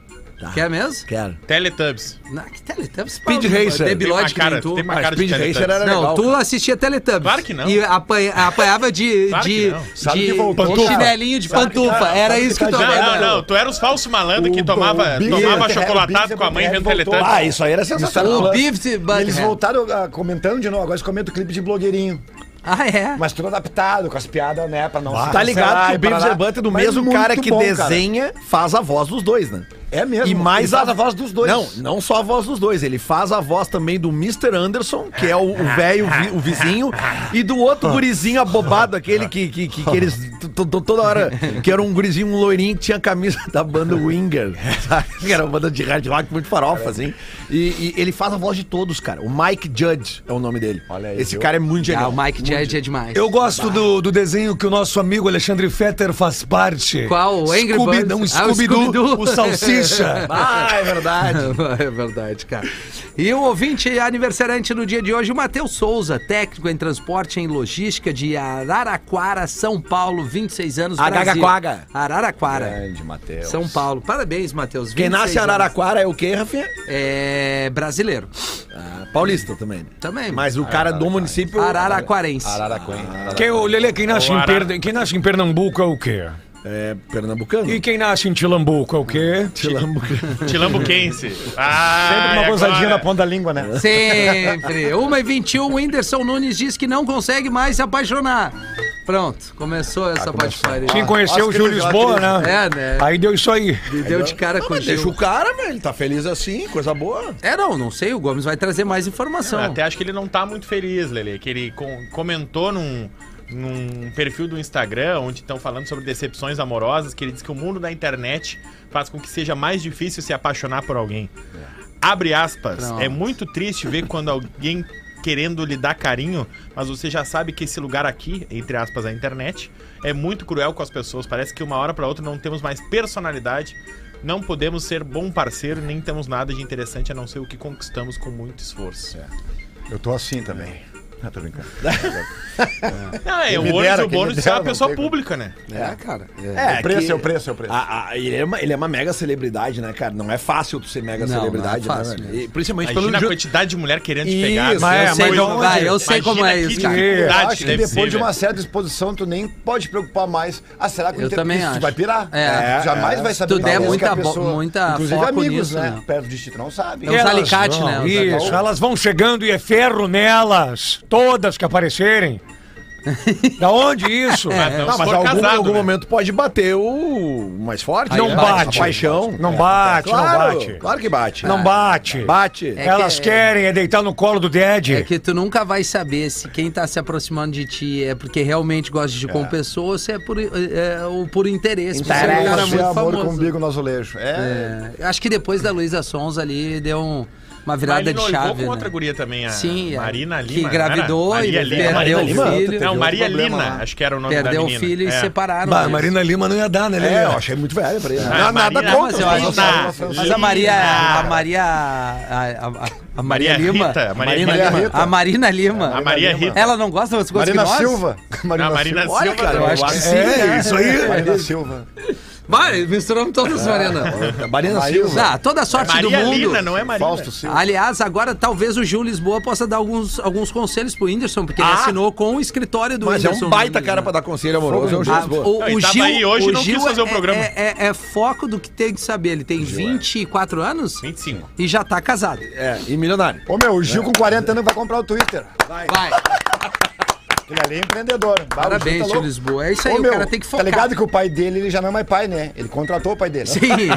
[SPEAKER 1] Quer mesmo?
[SPEAKER 3] Quero.
[SPEAKER 4] Teletubbies.
[SPEAKER 1] Não, que Teletubbies?
[SPEAKER 3] Speed
[SPEAKER 1] Paulo,
[SPEAKER 3] Racer.
[SPEAKER 4] Tem uma
[SPEAKER 1] Debilóide que
[SPEAKER 4] cara,
[SPEAKER 1] nem tu. Ah,
[SPEAKER 4] tem uma
[SPEAKER 3] Mas
[SPEAKER 4] cara de
[SPEAKER 3] Speed Racer
[SPEAKER 4] Teletubbies.
[SPEAKER 3] era-
[SPEAKER 1] Não,
[SPEAKER 3] legal,
[SPEAKER 1] tu
[SPEAKER 3] cara.
[SPEAKER 1] assistia Teletubbies.
[SPEAKER 4] Claro que não.
[SPEAKER 1] E apanha- apanhava de,
[SPEAKER 4] Claro que
[SPEAKER 1] de,
[SPEAKER 4] não.
[SPEAKER 3] Sabe
[SPEAKER 1] de
[SPEAKER 3] que voltou,
[SPEAKER 1] de
[SPEAKER 3] cara?
[SPEAKER 1] chinelinho de pantufa. Era isso que tu
[SPEAKER 5] Não,
[SPEAKER 4] Não,
[SPEAKER 1] apanhava.
[SPEAKER 4] não, não. Tu era os falsos malandros que
[SPEAKER 5] O-
[SPEAKER 4] tomava,
[SPEAKER 5] o Big-
[SPEAKER 4] tomava
[SPEAKER 5] o
[SPEAKER 4] chocolatado
[SPEAKER 5] Big-
[SPEAKER 4] com a mãe vendo
[SPEAKER 5] voltou.
[SPEAKER 4] Teletubbies.
[SPEAKER 3] Ah, isso aí era sensacional.
[SPEAKER 1] O
[SPEAKER 5] Não.
[SPEAKER 1] Beavis
[SPEAKER 5] E né? eles
[SPEAKER 1] Butthead.
[SPEAKER 5] voltaram ah, comentando de novo, agora eles comentam o clipe de blogueirinho.
[SPEAKER 1] Ah, é?
[SPEAKER 5] Mas tudo adaptado, com as piadas, né? Pra não
[SPEAKER 2] Ah,
[SPEAKER 3] Você
[SPEAKER 5] se
[SPEAKER 3] tá
[SPEAKER 5] cancelar
[SPEAKER 3] ligado que
[SPEAKER 5] e
[SPEAKER 3] o Beavis
[SPEAKER 5] parará.
[SPEAKER 3] é Bunter do
[SPEAKER 5] Mas
[SPEAKER 3] mesmo
[SPEAKER 5] muito
[SPEAKER 3] cara que
[SPEAKER 5] bom,
[SPEAKER 3] desenha, faz a voz dos dois, né?
[SPEAKER 5] É mesmo.
[SPEAKER 3] E mais
[SPEAKER 5] Ele faz a voz dos dois.
[SPEAKER 3] Não, não só a voz dos dois. Ele faz a voz também do Mr. Anderson, que é o o velho, vi- o vizinho, e do outro gurizinho abobado, aquele que, que, que, que eles. to- to- toda hora. Que era um gurizinho, um loirinho que tinha a camisa da banda Winger. sabe? Que era uma banda de hard rock muito farofa, assim. E, e ele faz a voz de todos, cara. O Mike Judge é o nome dele.
[SPEAKER 5] Olha aí,
[SPEAKER 3] Esse
[SPEAKER 5] viu?
[SPEAKER 3] cara é muito
[SPEAKER 1] Ah,
[SPEAKER 3] genial.
[SPEAKER 1] o Mike Judge é demais.
[SPEAKER 2] Eu gosto do, do desenho que o nosso amigo Alexandre Fetter faz parte.
[SPEAKER 1] Qual? O Angry
[SPEAKER 2] Scooby,
[SPEAKER 1] Birds?
[SPEAKER 2] Não,
[SPEAKER 1] Ah, o
[SPEAKER 2] Scooby-Doo,
[SPEAKER 1] Scooby-Doo.
[SPEAKER 2] o Salsicha.
[SPEAKER 3] Ah, é verdade.
[SPEAKER 1] É verdade, cara. E o ouvinte aniversariante no dia de hoje, o Matheus Souza, técnico em transporte e em logística de Araraquara, São Paulo, 26 anos, Brasil.
[SPEAKER 3] Agagaquaga.
[SPEAKER 1] Araraquara,
[SPEAKER 5] Grande, Matheus.
[SPEAKER 1] São Paulo. Parabéns, Matheus.
[SPEAKER 3] Quem
[SPEAKER 1] 26
[SPEAKER 3] nasce em
[SPEAKER 1] anos.
[SPEAKER 3] Araraquara é o quê, Rafinha?
[SPEAKER 1] É brasileiro.
[SPEAKER 3] Paulista também. né?
[SPEAKER 1] Também.
[SPEAKER 3] Mas o cara do município.
[SPEAKER 1] Araraquarense.
[SPEAKER 5] Araraquém.
[SPEAKER 2] Quem, ô, Lelê, quem nasce, em Perde- quem nasce em Pernambuco é o quê?
[SPEAKER 3] É pernambucano?
[SPEAKER 2] E quem nasce em Tilambuco é o quê?
[SPEAKER 4] Tilambuquense. Ah,
[SPEAKER 5] Sempre
[SPEAKER 4] e
[SPEAKER 5] uma gozadinha
[SPEAKER 4] agora?
[SPEAKER 5] na ponta da língua, né?
[SPEAKER 1] Sempre. 1 e 21 o Whindersson Nunes diz que não consegue mais se apaixonar. Pronto, começou
[SPEAKER 3] Ah,
[SPEAKER 1] essa patifaria.
[SPEAKER 2] Quem conheceu o
[SPEAKER 5] Oscar,
[SPEAKER 2] Júlio Lisboa,
[SPEAKER 5] Oscar.
[SPEAKER 2] né?
[SPEAKER 1] É, né?
[SPEAKER 2] Aí deu isso aí.
[SPEAKER 1] E deu de cara
[SPEAKER 3] Ah,
[SPEAKER 1] com o
[SPEAKER 3] mas deixa
[SPEAKER 1] Gil.
[SPEAKER 3] o cara, velho. Ele tá feliz assim, coisa boa.
[SPEAKER 1] É, não, não sei. O Gomes vai trazer mais informação.
[SPEAKER 4] Até acho que ele não tá muito feliz, Lele. Que ele com- comentou num, num perfil do Instagram, onde estão falando sobre decepções amorosas, que ele diz que o mundo da internet faz com que seja mais difícil se apaixonar por alguém. Abre aspas.
[SPEAKER 1] Pronto.
[SPEAKER 4] É muito triste ver quando alguém querendo lhe dar carinho, mas você já sabe que esse lugar aqui, entre aspas, a internet, é muito cruel com as pessoas. Parece que uma hora pra outra não temos mais personalidade. Não podemos ser bom parceiro, nem temos nada de interessante a não ser o que conquistamos com muito esforço.
[SPEAKER 5] Eu tô assim também. Ah, tô brincando.
[SPEAKER 4] Não, é,
[SPEAKER 5] Quem
[SPEAKER 4] o
[SPEAKER 5] me
[SPEAKER 4] ônus,
[SPEAKER 5] dera,
[SPEAKER 4] o
[SPEAKER 5] quem me
[SPEAKER 4] bônus de ser
[SPEAKER 5] dera,
[SPEAKER 4] uma
[SPEAKER 5] não
[SPEAKER 4] pessoa
[SPEAKER 5] tem como.
[SPEAKER 4] pública, né?
[SPEAKER 1] É, cara. É.
[SPEAKER 3] É,
[SPEAKER 5] o preço,
[SPEAKER 3] que-
[SPEAKER 5] é o preço, é o preço.
[SPEAKER 3] Ah, ah, ele, é uma, ele é uma mega celebridade, né, cara? Não é fácil tu ser mega
[SPEAKER 1] Não,
[SPEAKER 3] celebridade,
[SPEAKER 1] não é fácil
[SPEAKER 3] né?
[SPEAKER 1] mesmo.
[SPEAKER 3] E principalmente pelo
[SPEAKER 4] Imagina a
[SPEAKER 3] ju-
[SPEAKER 4] quantidade de mulher querendo te
[SPEAKER 3] Isso,
[SPEAKER 4] pegar.
[SPEAKER 3] mas
[SPEAKER 4] né?
[SPEAKER 2] é,
[SPEAKER 4] Uma
[SPEAKER 2] mas
[SPEAKER 4] coisa
[SPEAKER 2] eu-
[SPEAKER 4] onde-
[SPEAKER 1] vai, eu sei como é
[SPEAKER 4] Imagina
[SPEAKER 1] isso,
[SPEAKER 4] que
[SPEAKER 1] cara.
[SPEAKER 5] Eu
[SPEAKER 4] dificuldade
[SPEAKER 5] acho que
[SPEAKER 4] deve
[SPEAKER 5] depois
[SPEAKER 4] ser,
[SPEAKER 5] de uma
[SPEAKER 4] velho.
[SPEAKER 5] certa exposição, tu nem pode te preocupar mais. Ah, será que o
[SPEAKER 1] Eu
[SPEAKER 5] inter-
[SPEAKER 1] também
[SPEAKER 5] isso,
[SPEAKER 1] acho.
[SPEAKER 5] Tu vai pirar.
[SPEAKER 1] É.
[SPEAKER 5] Tu jamais
[SPEAKER 3] É.
[SPEAKER 5] vai saber
[SPEAKER 1] Tu der
[SPEAKER 5] talvez, que a
[SPEAKER 1] muita bo- muita
[SPEAKER 5] Inclusive
[SPEAKER 1] foco
[SPEAKER 5] amigos,
[SPEAKER 1] nisso,
[SPEAKER 5] né?
[SPEAKER 1] né?
[SPEAKER 5] Perto de ti, tu não sabe.
[SPEAKER 1] É um Os
[SPEAKER 2] Elas
[SPEAKER 1] alicate,
[SPEAKER 2] vão,
[SPEAKER 1] né? Os
[SPEAKER 2] Isso,
[SPEAKER 1] alicate.
[SPEAKER 2] elas vão chegando e é ferro nelas. Todas que aparecerem. da onde isso?
[SPEAKER 1] É.
[SPEAKER 4] Ah,
[SPEAKER 3] Ah,
[SPEAKER 4] se
[SPEAKER 3] mas
[SPEAKER 4] for
[SPEAKER 3] algum,
[SPEAKER 4] casado,
[SPEAKER 3] algum
[SPEAKER 4] né?
[SPEAKER 3] momento pode bater o mais forte.
[SPEAKER 2] Não
[SPEAKER 3] né?
[SPEAKER 2] bate.
[SPEAKER 3] A paixão. É.
[SPEAKER 2] Não bate,
[SPEAKER 3] claro,
[SPEAKER 2] não bate.
[SPEAKER 3] Claro que bate. É.
[SPEAKER 2] Não bate.
[SPEAKER 3] Bate.
[SPEAKER 1] É.
[SPEAKER 2] Elas
[SPEAKER 1] que-
[SPEAKER 2] querem é deitar no colo do Ded.
[SPEAKER 1] É que tu nunca vai saber se quem tá se aproximando de ti é porque realmente gosta de ti como pessoa ou se é por, é, ou por interesse. porque você é um
[SPEAKER 5] Cara,
[SPEAKER 1] cara
[SPEAKER 5] muito
[SPEAKER 1] muito
[SPEAKER 5] amor com
[SPEAKER 1] famoso.
[SPEAKER 5] o umbigo no azulejo. É.
[SPEAKER 1] É, acho que depois da Luísa Sons ali deu um- uma
[SPEAKER 4] Mas
[SPEAKER 1] virada
[SPEAKER 4] ele
[SPEAKER 1] de
[SPEAKER 4] noivou
[SPEAKER 1] chave.
[SPEAKER 4] com
[SPEAKER 1] né?
[SPEAKER 4] outra guria também, a
[SPEAKER 1] Sim, é.
[SPEAKER 4] Marina Lima.
[SPEAKER 1] Que
[SPEAKER 4] não era?
[SPEAKER 1] engravidou
[SPEAKER 4] Maria
[SPEAKER 1] e
[SPEAKER 4] Lima,
[SPEAKER 1] perdeu
[SPEAKER 4] Marina
[SPEAKER 1] o
[SPEAKER 4] Lima?
[SPEAKER 1] filho.
[SPEAKER 4] Não,
[SPEAKER 5] Teve
[SPEAKER 4] Maria
[SPEAKER 5] outro problema
[SPEAKER 4] Lina,
[SPEAKER 5] lá.
[SPEAKER 4] acho que era o nome da
[SPEAKER 1] Perdeu o
[SPEAKER 4] menina.
[SPEAKER 1] filho e
[SPEAKER 4] É.
[SPEAKER 1] separaram. né?
[SPEAKER 2] Bah,
[SPEAKER 1] eles.
[SPEAKER 2] Marina Lima não ia dar, né? Lelê?
[SPEAKER 3] É, eu achei muito velho pra ele. né?
[SPEAKER 4] Ah,
[SPEAKER 3] Não, nada
[SPEAKER 4] Marina-
[SPEAKER 3] contra.
[SPEAKER 1] Mas, eu acho-
[SPEAKER 3] Ah,
[SPEAKER 1] tá.
[SPEAKER 4] Lina.
[SPEAKER 1] mas a Maria. A
[SPEAKER 3] tá.
[SPEAKER 1] Maria. A, a- a- a Maria,
[SPEAKER 4] Maria
[SPEAKER 1] Lima.
[SPEAKER 4] Rita,
[SPEAKER 1] a
[SPEAKER 4] Maria
[SPEAKER 1] Marina
[SPEAKER 5] Lima.
[SPEAKER 1] Lima. A Marina Lima.
[SPEAKER 4] A Maria Rita.
[SPEAKER 1] Ela não gosta das coisas
[SPEAKER 5] Marina
[SPEAKER 1] que nós?
[SPEAKER 5] Silva.
[SPEAKER 4] Não, Marina
[SPEAKER 5] Silva.
[SPEAKER 4] Silva.
[SPEAKER 3] cara,
[SPEAKER 1] eu acho que sim.
[SPEAKER 2] É, isso aí.
[SPEAKER 5] Marina Silva.
[SPEAKER 1] Vai, misturamos todas, Mariana.
[SPEAKER 3] Marina
[SPEAKER 5] Aí,
[SPEAKER 3] Silva.
[SPEAKER 1] Ah, toda a sorte
[SPEAKER 4] Maria
[SPEAKER 1] do mundo.
[SPEAKER 4] Lina, não é Marina.
[SPEAKER 5] Fausto Silva.
[SPEAKER 1] Aliás, agora talvez o Gil Lisboa possa dar alguns, alguns conselhos pro Whindersson, porque ele
[SPEAKER 3] Ah.
[SPEAKER 1] assinou com o escritório do
[SPEAKER 3] Mas é
[SPEAKER 1] Whindersson.
[SPEAKER 3] um baita
[SPEAKER 1] Nunes,
[SPEAKER 3] cara
[SPEAKER 1] né?
[SPEAKER 3] pra dar conselho amoroso. É o
[SPEAKER 1] Ah,
[SPEAKER 3] Gil Lisboa.
[SPEAKER 1] o,
[SPEAKER 4] Não, ele
[SPEAKER 1] o
[SPEAKER 4] tava
[SPEAKER 1] Gil,
[SPEAKER 4] aí hoje e não
[SPEAKER 1] Gil
[SPEAKER 4] quis fazer o
[SPEAKER 1] é-
[SPEAKER 4] programa.
[SPEAKER 1] É, é- é foco do que tem que saber. Ele tem 24 anos
[SPEAKER 4] 25.
[SPEAKER 1] e já tá casado.
[SPEAKER 3] É, e milionário.
[SPEAKER 5] Ô meu, o Gil com 40 anos vai comprar o Twitter.
[SPEAKER 1] Vai.
[SPEAKER 5] Ele ali é empreendedor. Bah, o Gil
[SPEAKER 1] Parabéns,
[SPEAKER 5] tá
[SPEAKER 1] tio
[SPEAKER 5] louco.
[SPEAKER 1] Lisboa. É isso aí,
[SPEAKER 5] Ô,
[SPEAKER 1] o
[SPEAKER 5] meu,
[SPEAKER 1] cara tem que focar.
[SPEAKER 5] Tá ligado que o pai dele, ele já não é mais pai, né? Ele contratou o pai dele. né?
[SPEAKER 1] Sim.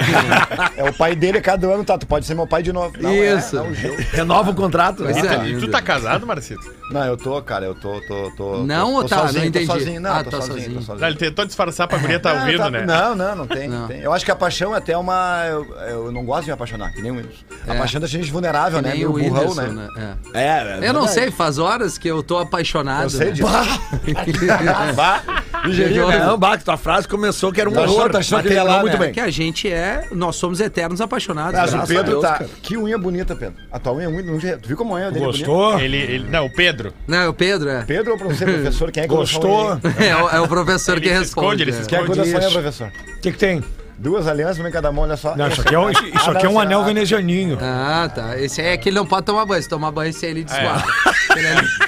[SPEAKER 5] É o pai dele, cada ano tá, tu pode ser meu pai de novo. Não, é,
[SPEAKER 1] Isso.
[SPEAKER 5] não, o Gil-
[SPEAKER 3] Renova o contrato. né?
[SPEAKER 1] Pois
[SPEAKER 4] E
[SPEAKER 1] é.
[SPEAKER 4] tu, e tu tá casado, Marcito?
[SPEAKER 5] não, eu tô, cara, eu tô, tô, tô.
[SPEAKER 1] Não,
[SPEAKER 5] tô, tô
[SPEAKER 1] tá, não
[SPEAKER 5] sozinho,
[SPEAKER 1] entendi.
[SPEAKER 5] Tô sozinho, não,
[SPEAKER 1] Ah,
[SPEAKER 5] tô,
[SPEAKER 1] tá
[SPEAKER 5] sozinho,
[SPEAKER 1] sozinho.
[SPEAKER 5] tô sozinho.
[SPEAKER 4] Ah, Ele tentou disfarçar pra guria tá
[SPEAKER 5] Não,
[SPEAKER 4] ouvindo,
[SPEAKER 5] tá-
[SPEAKER 4] né?
[SPEAKER 5] Não, não, não tem,
[SPEAKER 1] Não.
[SPEAKER 5] não tem. Eu acho que a paixão até é uma. Eu, eu não gosto de me apaixonar, que nem o Wilson. A
[SPEAKER 1] É.
[SPEAKER 5] paixão deixa a gente vulnerável,
[SPEAKER 1] Que
[SPEAKER 5] né?
[SPEAKER 1] nem
[SPEAKER 5] Meio
[SPEAKER 1] o
[SPEAKER 5] burrão,
[SPEAKER 1] Whindersson,
[SPEAKER 5] né?
[SPEAKER 1] né? É.
[SPEAKER 3] É,
[SPEAKER 1] Eu não sei, faz horas que eu tô apaixonado.
[SPEAKER 5] Eu sei
[SPEAKER 1] né?
[SPEAKER 5] disso.
[SPEAKER 3] Bah,
[SPEAKER 1] Digeriu, né?
[SPEAKER 3] é. não, bah, que tua frase começou que era um
[SPEAKER 5] Tá achando-
[SPEAKER 3] horror.
[SPEAKER 5] tá achando
[SPEAKER 3] mas
[SPEAKER 5] que ele é lá,
[SPEAKER 3] terminou
[SPEAKER 5] né?
[SPEAKER 3] muito bem.
[SPEAKER 1] Que a gente é, nós somos eternos apaixonados.
[SPEAKER 5] Mas o
[SPEAKER 1] graças a
[SPEAKER 5] Pedro
[SPEAKER 1] Deus,
[SPEAKER 5] tá.
[SPEAKER 1] cara.
[SPEAKER 5] Que unha bonita, Pedro. A tua unha é muito. não- Tu viu como a unha dele é bonita?
[SPEAKER 2] Gostou?
[SPEAKER 4] Ele, ele, não, o Pedro.
[SPEAKER 5] tá-
[SPEAKER 1] Não, é o Pedro, é.
[SPEAKER 5] Pedro ou pra você, professor? Quem é que colocou a unha
[SPEAKER 2] Gostou?
[SPEAKER 5] aí?
[SPEAKER 2] O
[SPEAKER 1] É, o, é o professor
[SPEAKER 4] Ele
[SPEAKER 1] que
[SPEAKER 4] se
[SPEAKER 1] responde.
[SPEAKER 4] esconde, ele se
[SPEAKER 1] é.
[SPEAKER 4] esconde.
[SPEAKER 5] Quem é que colocou essa unha,
[SPEAKER 2] Isso.
[SPEAKER 5] professor?
[SPEAKER 2] que, que tem?
[SPEAKER 5] Duas alianças, uma em cada mão, olha só.
[SPEAKER 2] Não, isso aqui é um, isso aqui é um anel venezianinho.
[SPEAKER 1] Ah, tá. Esse aí é que ele não pode tomar banho. Se tomar banho, se
[SPEAKER 4] É.
[SPEAKER 1] ele é- desguarda.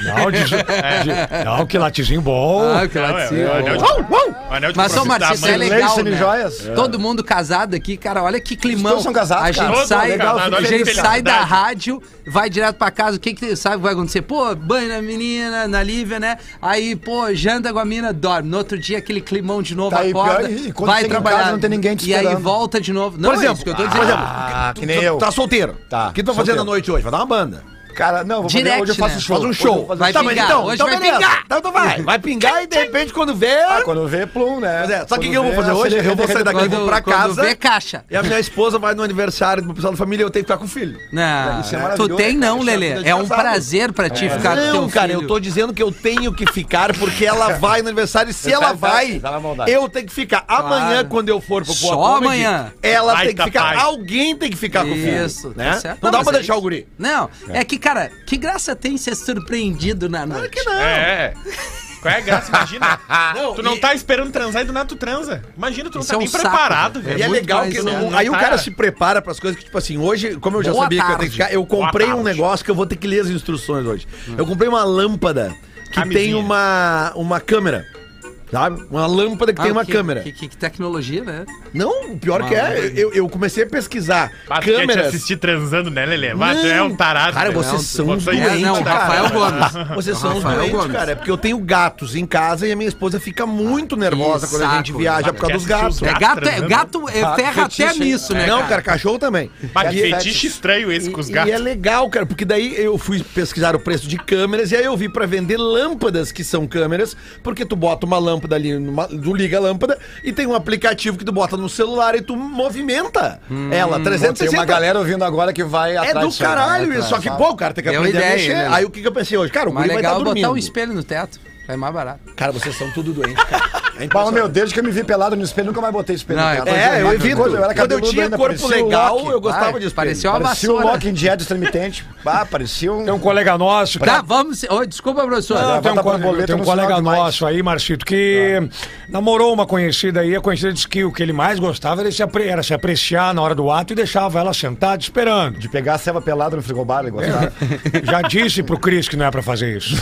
[SPEAKER 2] Não, de, de- não, que latezinho bom.
[SPEAKER 1] Ah, que
[SPEAKER 4] Não, é,
[SPEAKER 1] latinha.
[SPEAKER 4] é o anel de- o anel de
[SPEAKER 1] Mas, ô,
[SPEAKER 4] compromisso da
[SPEAKER 1] Marcito,
[SPEAKER 4] mãe.
[SPEAKER 1] é legal,
[SPEAKER 5] Leite,
[SPEAKER 1] né?
[SPEAKER 5] joias.
[SPEAKER 1] Todo mundo casado aqui, cara, olha que climão.
[SPEAKER 5] todos são casados,
[SPEAKER 1] a gente
[SPEAKER 5] cara.
[SPEAKER 4] Todos
[SPEAKER 1] sai,
[SPEAKER 4] são casados,
[SPEAKER 1] a
[SPEAKER 4] olha que
[SPEAKER 1] gente sai
[SPEAKER 4] felicidade.
[SPEAKER 1] da rádio, vai direto pra casa, o que que sabe que vai acontecer? Pô, banho na menina, na Lívia, né? Aí, pô, janta com a mina, dorme. No outro dia aquele climão de novo,
[SPEAKER 5] Tá, e
[SPEAKER 1] acorda,
[SPEAKER 5] pior, e quando
[SPEAKER 1] vai
[SPEAKER 5] chega em casa,
[SPEAKER 1] trabalhar.
[SPEAKER 5] não tem ninguém te
[SPEAKER 1] e aí
[SPEAKER 5] esperando.
[SPEAKER 1] volta de novo. Não,
[SPEAKER 3] Por exemplo,
[SPEAKER 1] é isso que eu tô dizendo.
[SPEAKER 5] Ah, que nem
[SPEAKER 3] Tu
[SPEAKER 5] eu.
[SPEAKER 3] Tá solteiro.
[SPEAKER 5] Tá,
[SPEAKER 3] O que tu vai fazer
[SPEAKER 5] solteiro.
[SPEAKER 3] na noite hoje? Vai dar uma banda.
[SPEAKER 5] Cara, não, vou
[SPEAKER 1] Direct,
[SPEAKER 5] fazer, hoje eu faço
[SPEAKER 1] né?
[SPEAKER 5] show.
[SPEAKER 3] Faz um
[SPEAKER 5] Hoje eu
[SPEAKER 3] show.
[SPEAKER 5] vou fazer
[SPEAKER 1] Vai
[SPEAKER 3] Tá, mas
[SPEAKER 1] pingar,
[SPEAKER 3] então,
[SPEAKER 1] hoje
[SPEAKER 3] então
[SPEAKER 1] vai
[SPEAKER 3] beleza.
[SPEAKER 1] pingar.
[SPEAKER 3] Então tu vai. Vai pingar e de repente quando vê...
[SPEAKER 5] Ah, quando vê, plum, né?
[SPEAKER 3] Pois é, sabe o que
[SPEAKER 5] Quando
[SPEAKER 3] que eu vou
[SPEAKER 5] vê,
[SPEAKER 3] fazer hoje?
[SPEAKER 5] acelera-
[SPEAKER 3] Eu vou sair daqui e vou pra
[SPEAKER 1] quando
[SPEAKER 3] casa.
[SPEAKER 1] vê caixa.
[SPEAKER 5] É.
[SPEAKER 3] E a minha esposa vai no aniversário de uma pessoa da família e eu tenho que ficar com o filho.
[SPEAKER 1] Não,
[SPEAKER 5] Isso é
[SPEAKER 1] tu
[SPEAKER 5] maravilhoso,
[SPEAKER 1] tem
[SPEAKER 5] né,
[SPEAKER 1] não,
[SPEAKER 5] cara?
[SPEAKER 3] Isso é
[SPEAKER 1] Lelê. É
[SPEAKER 3] tudo
[SPEAKER 1] um
[SPEAKER 3] engraçado.
[SPEAKER 1] prazer pra
[SPEAKER 5] É.
[SPEAKER 1] ti ficar com teu
[SPEAKER 3] É, Não, cara,
[SPEAKER 1] filho.
[SPEAKER 3] eu tô dizendo que eu tenho que ficar porque ela vai no aniversário e se
[SPEAKER 5] Você
[SPEAKER 3] ela
[SPEAKER 5] tá-
[SPEAKER 3] vai,
[SPEAKER 5] tá na maldade.
[SPEAKER 3] eu tenho que ficar. Amanhã,
[SPEAKER 1] Claro.
[SPEAKER 3] quando eu for pro
[SPEAKER 1] Só amanhã.
[SPEAKER 3] ela
[SPEAKER 4] Vai,
[SPEAKER 3] tem que
[SPEAKER 4] tá,
[SPEAKER 3] ficar.
[SPEAKER 4] pai.
[SPEAKER 3] Alguém tem que ficar com o filho.
[SPEAKER 1] Isso, tá
[SPEAKER 3] né?
[SPEAKER 1] certo. Não,
[SPEAKER 3] Não, dá pra
[SPEAKER 1] mas é
[SPEAKER 3] deixar
[SPEAKER 1] isso.
[SPEAKER 3] o guri.
[SPEAKER 1] Não, é. que, cara, que graça tem ser surpreendido na noite.
[SPEAKER 4] É. é. Qual é a graça? Imagina.
[SPEAKER 3] Não,
[SPEAKER 4] tu não
[SPEAKER 3] e-
[SPEAKER 4] tá esperando transar e do nada tu transa. Imagina, tu não
[SPEAKER 1] Isso
[SPEAKER 4] tá
[SPEAKER 1] é um
[SPEAKER 4] nem
[SPEAKER 1] saco,
[SPEAKER 4] preparado,
[SPEAKER 1] velho.
[SPEAKER 4] velho.
[SPEAKER 3] E é
[SPEAKER 1] muito
[SPEAKER 3] legal
[SPEAKER 1] mais,
[SPEAKER 3] que
[SPEAKER 1] né?
[SPEAKER 3] não-
[SPEAKER 4] Não
[SPEAKER 3] aí o
[SPEAKER 4] tá.
[SPEAKER 3] cara se prepara pras coisas que, tipo assim, hoje, como eu já
[SPEAKER 1] Boa
[SPEAKER 3] sabia que eu tenho que
[SPEAKER 1] tarde. Hum.
[SPEAKER 3] ficar, eu comprei
[SPEAKER 4] Boa
[SPEAKER 3] um
[SPEAKER 4] tarde.
[SPEAKER 3] negócio que eu vou ter que ler as instruções hoje. Eu comprei uma lâmpada que
[SPEAKER 4] Camisinha.
[SPEAKER 3] tem uma, uma câmera. Sabe? Uma lâmpada que tem
[SPEAKER 1] Ah,
[SPEAKER 3] uma
[SPEAKER 1] que-
[SPEAKER 3] câmera.
[SPEAKER 1] Que, que- que tecnologia, né?
[SPEAKER 3] Não, o pior que é,
[SPEAKER 1] Maravilha.
[SPEAKER 3] eu, eu comecei a pesquisar
[SPEAKER 4] Ah, tu quer te
[SPEAKER 3] câmeras.
[SPEAKER 4] assistir transando, né, Lelê? Mas tu é um tarado.
[SPEAKER 3] Cara,
[SPEAKER 4] velho.
[SPEAKER 3] vocês são
[SPEAKER 4] Vocês-
[SPEAKER 3] doentes,
[SPEAKER 1] não, o
[SPEAKER 3] cara.
[SPEAKER 1] Rafael Gomes.
[SPEAKER 3] Vocês
[SPEAKER 1] O
[SPEAKER 3] são os
[SPEAKER 1] Rafael
[SPEAKER 3] doentes,
[SPEAKER 1] Gomes.
[SPEAKER 3] cara. É porque eu tenho gatos em casa e a minha esposa fica
[SPEAKER 4] Ah,
[SPEAKER 3] muito nervosa quando a
[SPEAKER 1] saco,
[SPEAKER 3] gente viaja
[SPEAKER 1] cara.
[SPEAKER 3] por causa
[SPEAKER 4] Quer
[SPEAKER 3] dos
[SPEAKER 4] assistir os
[SPEAKER 3] gatos.
[SPEAKER 1] É gato, é,
[SPEAKER 4] transando.
[SPEAKER 1] gato é, ferra até nisso, né?
[SPEAKER 3] Não, cara, cachorro também.
[SPEAKER 4] Mas que
[SPEAKER 3] E- é
[SPEAKER 4] fetiche estranho esse com os
[SPEAKER 3] e-
[SPEAKER 4] gatos.
[SPEAKER 3] E é legal, cara, porque daí eu fui pesquisar o preço de câmeras e aí eu vi pra vender lâmpadas que são câmeras, porque tu bota uma lâmpada ali, numa- tu liga a lâmpada e tem um aplicativo que tu bota no celular e tu movimenta ela.
[SPEAKER 5] Pô, Tem
[SPEAKER 3] 360
[SPEAKER 5] uma galera ouvindo agora que vai
[SPEAKER 3] É
[SPEAKER 5] atrás
[SPEAKER 3] do
[SPEAKER 5] disso aí,
[SPEAKER 3] caralho
[SPEAKER 5] né?
[SPEAKER 3] isso, só que,
[SPEAKER 5] Sabe?
[SPEAKER 3] pô, o cara tem que
[SPEAKER 1] Deu
[SPEAKER 3] aprender a
[SPEAKER 1] ideia,
[SPEAKER 3] mexer.
[SPEAKER 1] né?
[SPEAKER 3] Aí o que, que eu pensei hoje? Cara, o
[SPEAKER 1] Mas
[SPEAKER 3] guri vai estar
[SPEAKER 1] legal é botar
[SPEAKER 3] dormindo.
[SPEAKER 1] um espelho no teto. É mais barato.
[SPEAKER 3] Cara, vocês são tudo doentes, cara. É
[SPEAKER 5] Pau,
[SPEAKER 3] impressionante.
[SPEAKER 5] meu, desde que eu me vi pelado no espelho, nunca mais botei espelho
[SPEAKER 1] Não,
[SPEAKER 5] na
[SPEAKER 1] é
[SPEAKER 5] cara.
[SPEAKER 1] coisa
[SPEAKER 3] É, eu
[SPEAKER 1] Mas
[SPEAKER 3] evito.
[SPEAKER 5] Quando eu era
[SPEAKER 3] Quando eu
[SPEAKER 5] cabeludo
[SPEAKER 3] tinha
[SPEAKER 5] ainda,
[SPEAKER 3] corpo
[SPEAKER 5] parecia o
[SPEAKER 3] legal,
[SPEAKER 5] Loki.
[SPEAKER 3] eu gostava
[SPEAKER 1] Vai,
[SPEAKER 3] de espelho.
[SPEAKER 1] parecia uma
[SPEAKER 5] Parecia o
[SPEAKER 1] vassoura.
[SPEAKER 5] Loki em dia de intermitente. Ah, parecia um...
[SPEAKER 2] Tem um colega nosso.
[SPEAKER 1] Tá, vamos. Ô, desculpa, professor.
[SPEAKER 5] Não,
[SPEAKER 2] Tem um,
[SPEAKER 5] Bota
[SPEAKER 2] colega,
[SPEAKER 5] borboleta
[SPEAKER 2] tem um
[SPEAKER 5] no
[SPEAKER 2] colega
[SPEAKER 5] sinal demais.
[SPEAKER 2] nosso aí, Marcito, que namorou uma conhecida aí. A conhecida disse que o que ele mais gostava era se, apre- era se apreciar na hora do ato e deixava ela sentada esperando.
[SPEAKER 5] De pegar a ceva pelada no frigobar, ele gostava.
[SPEAKER 2] Já disse pro Cris que não é pra fazer isso.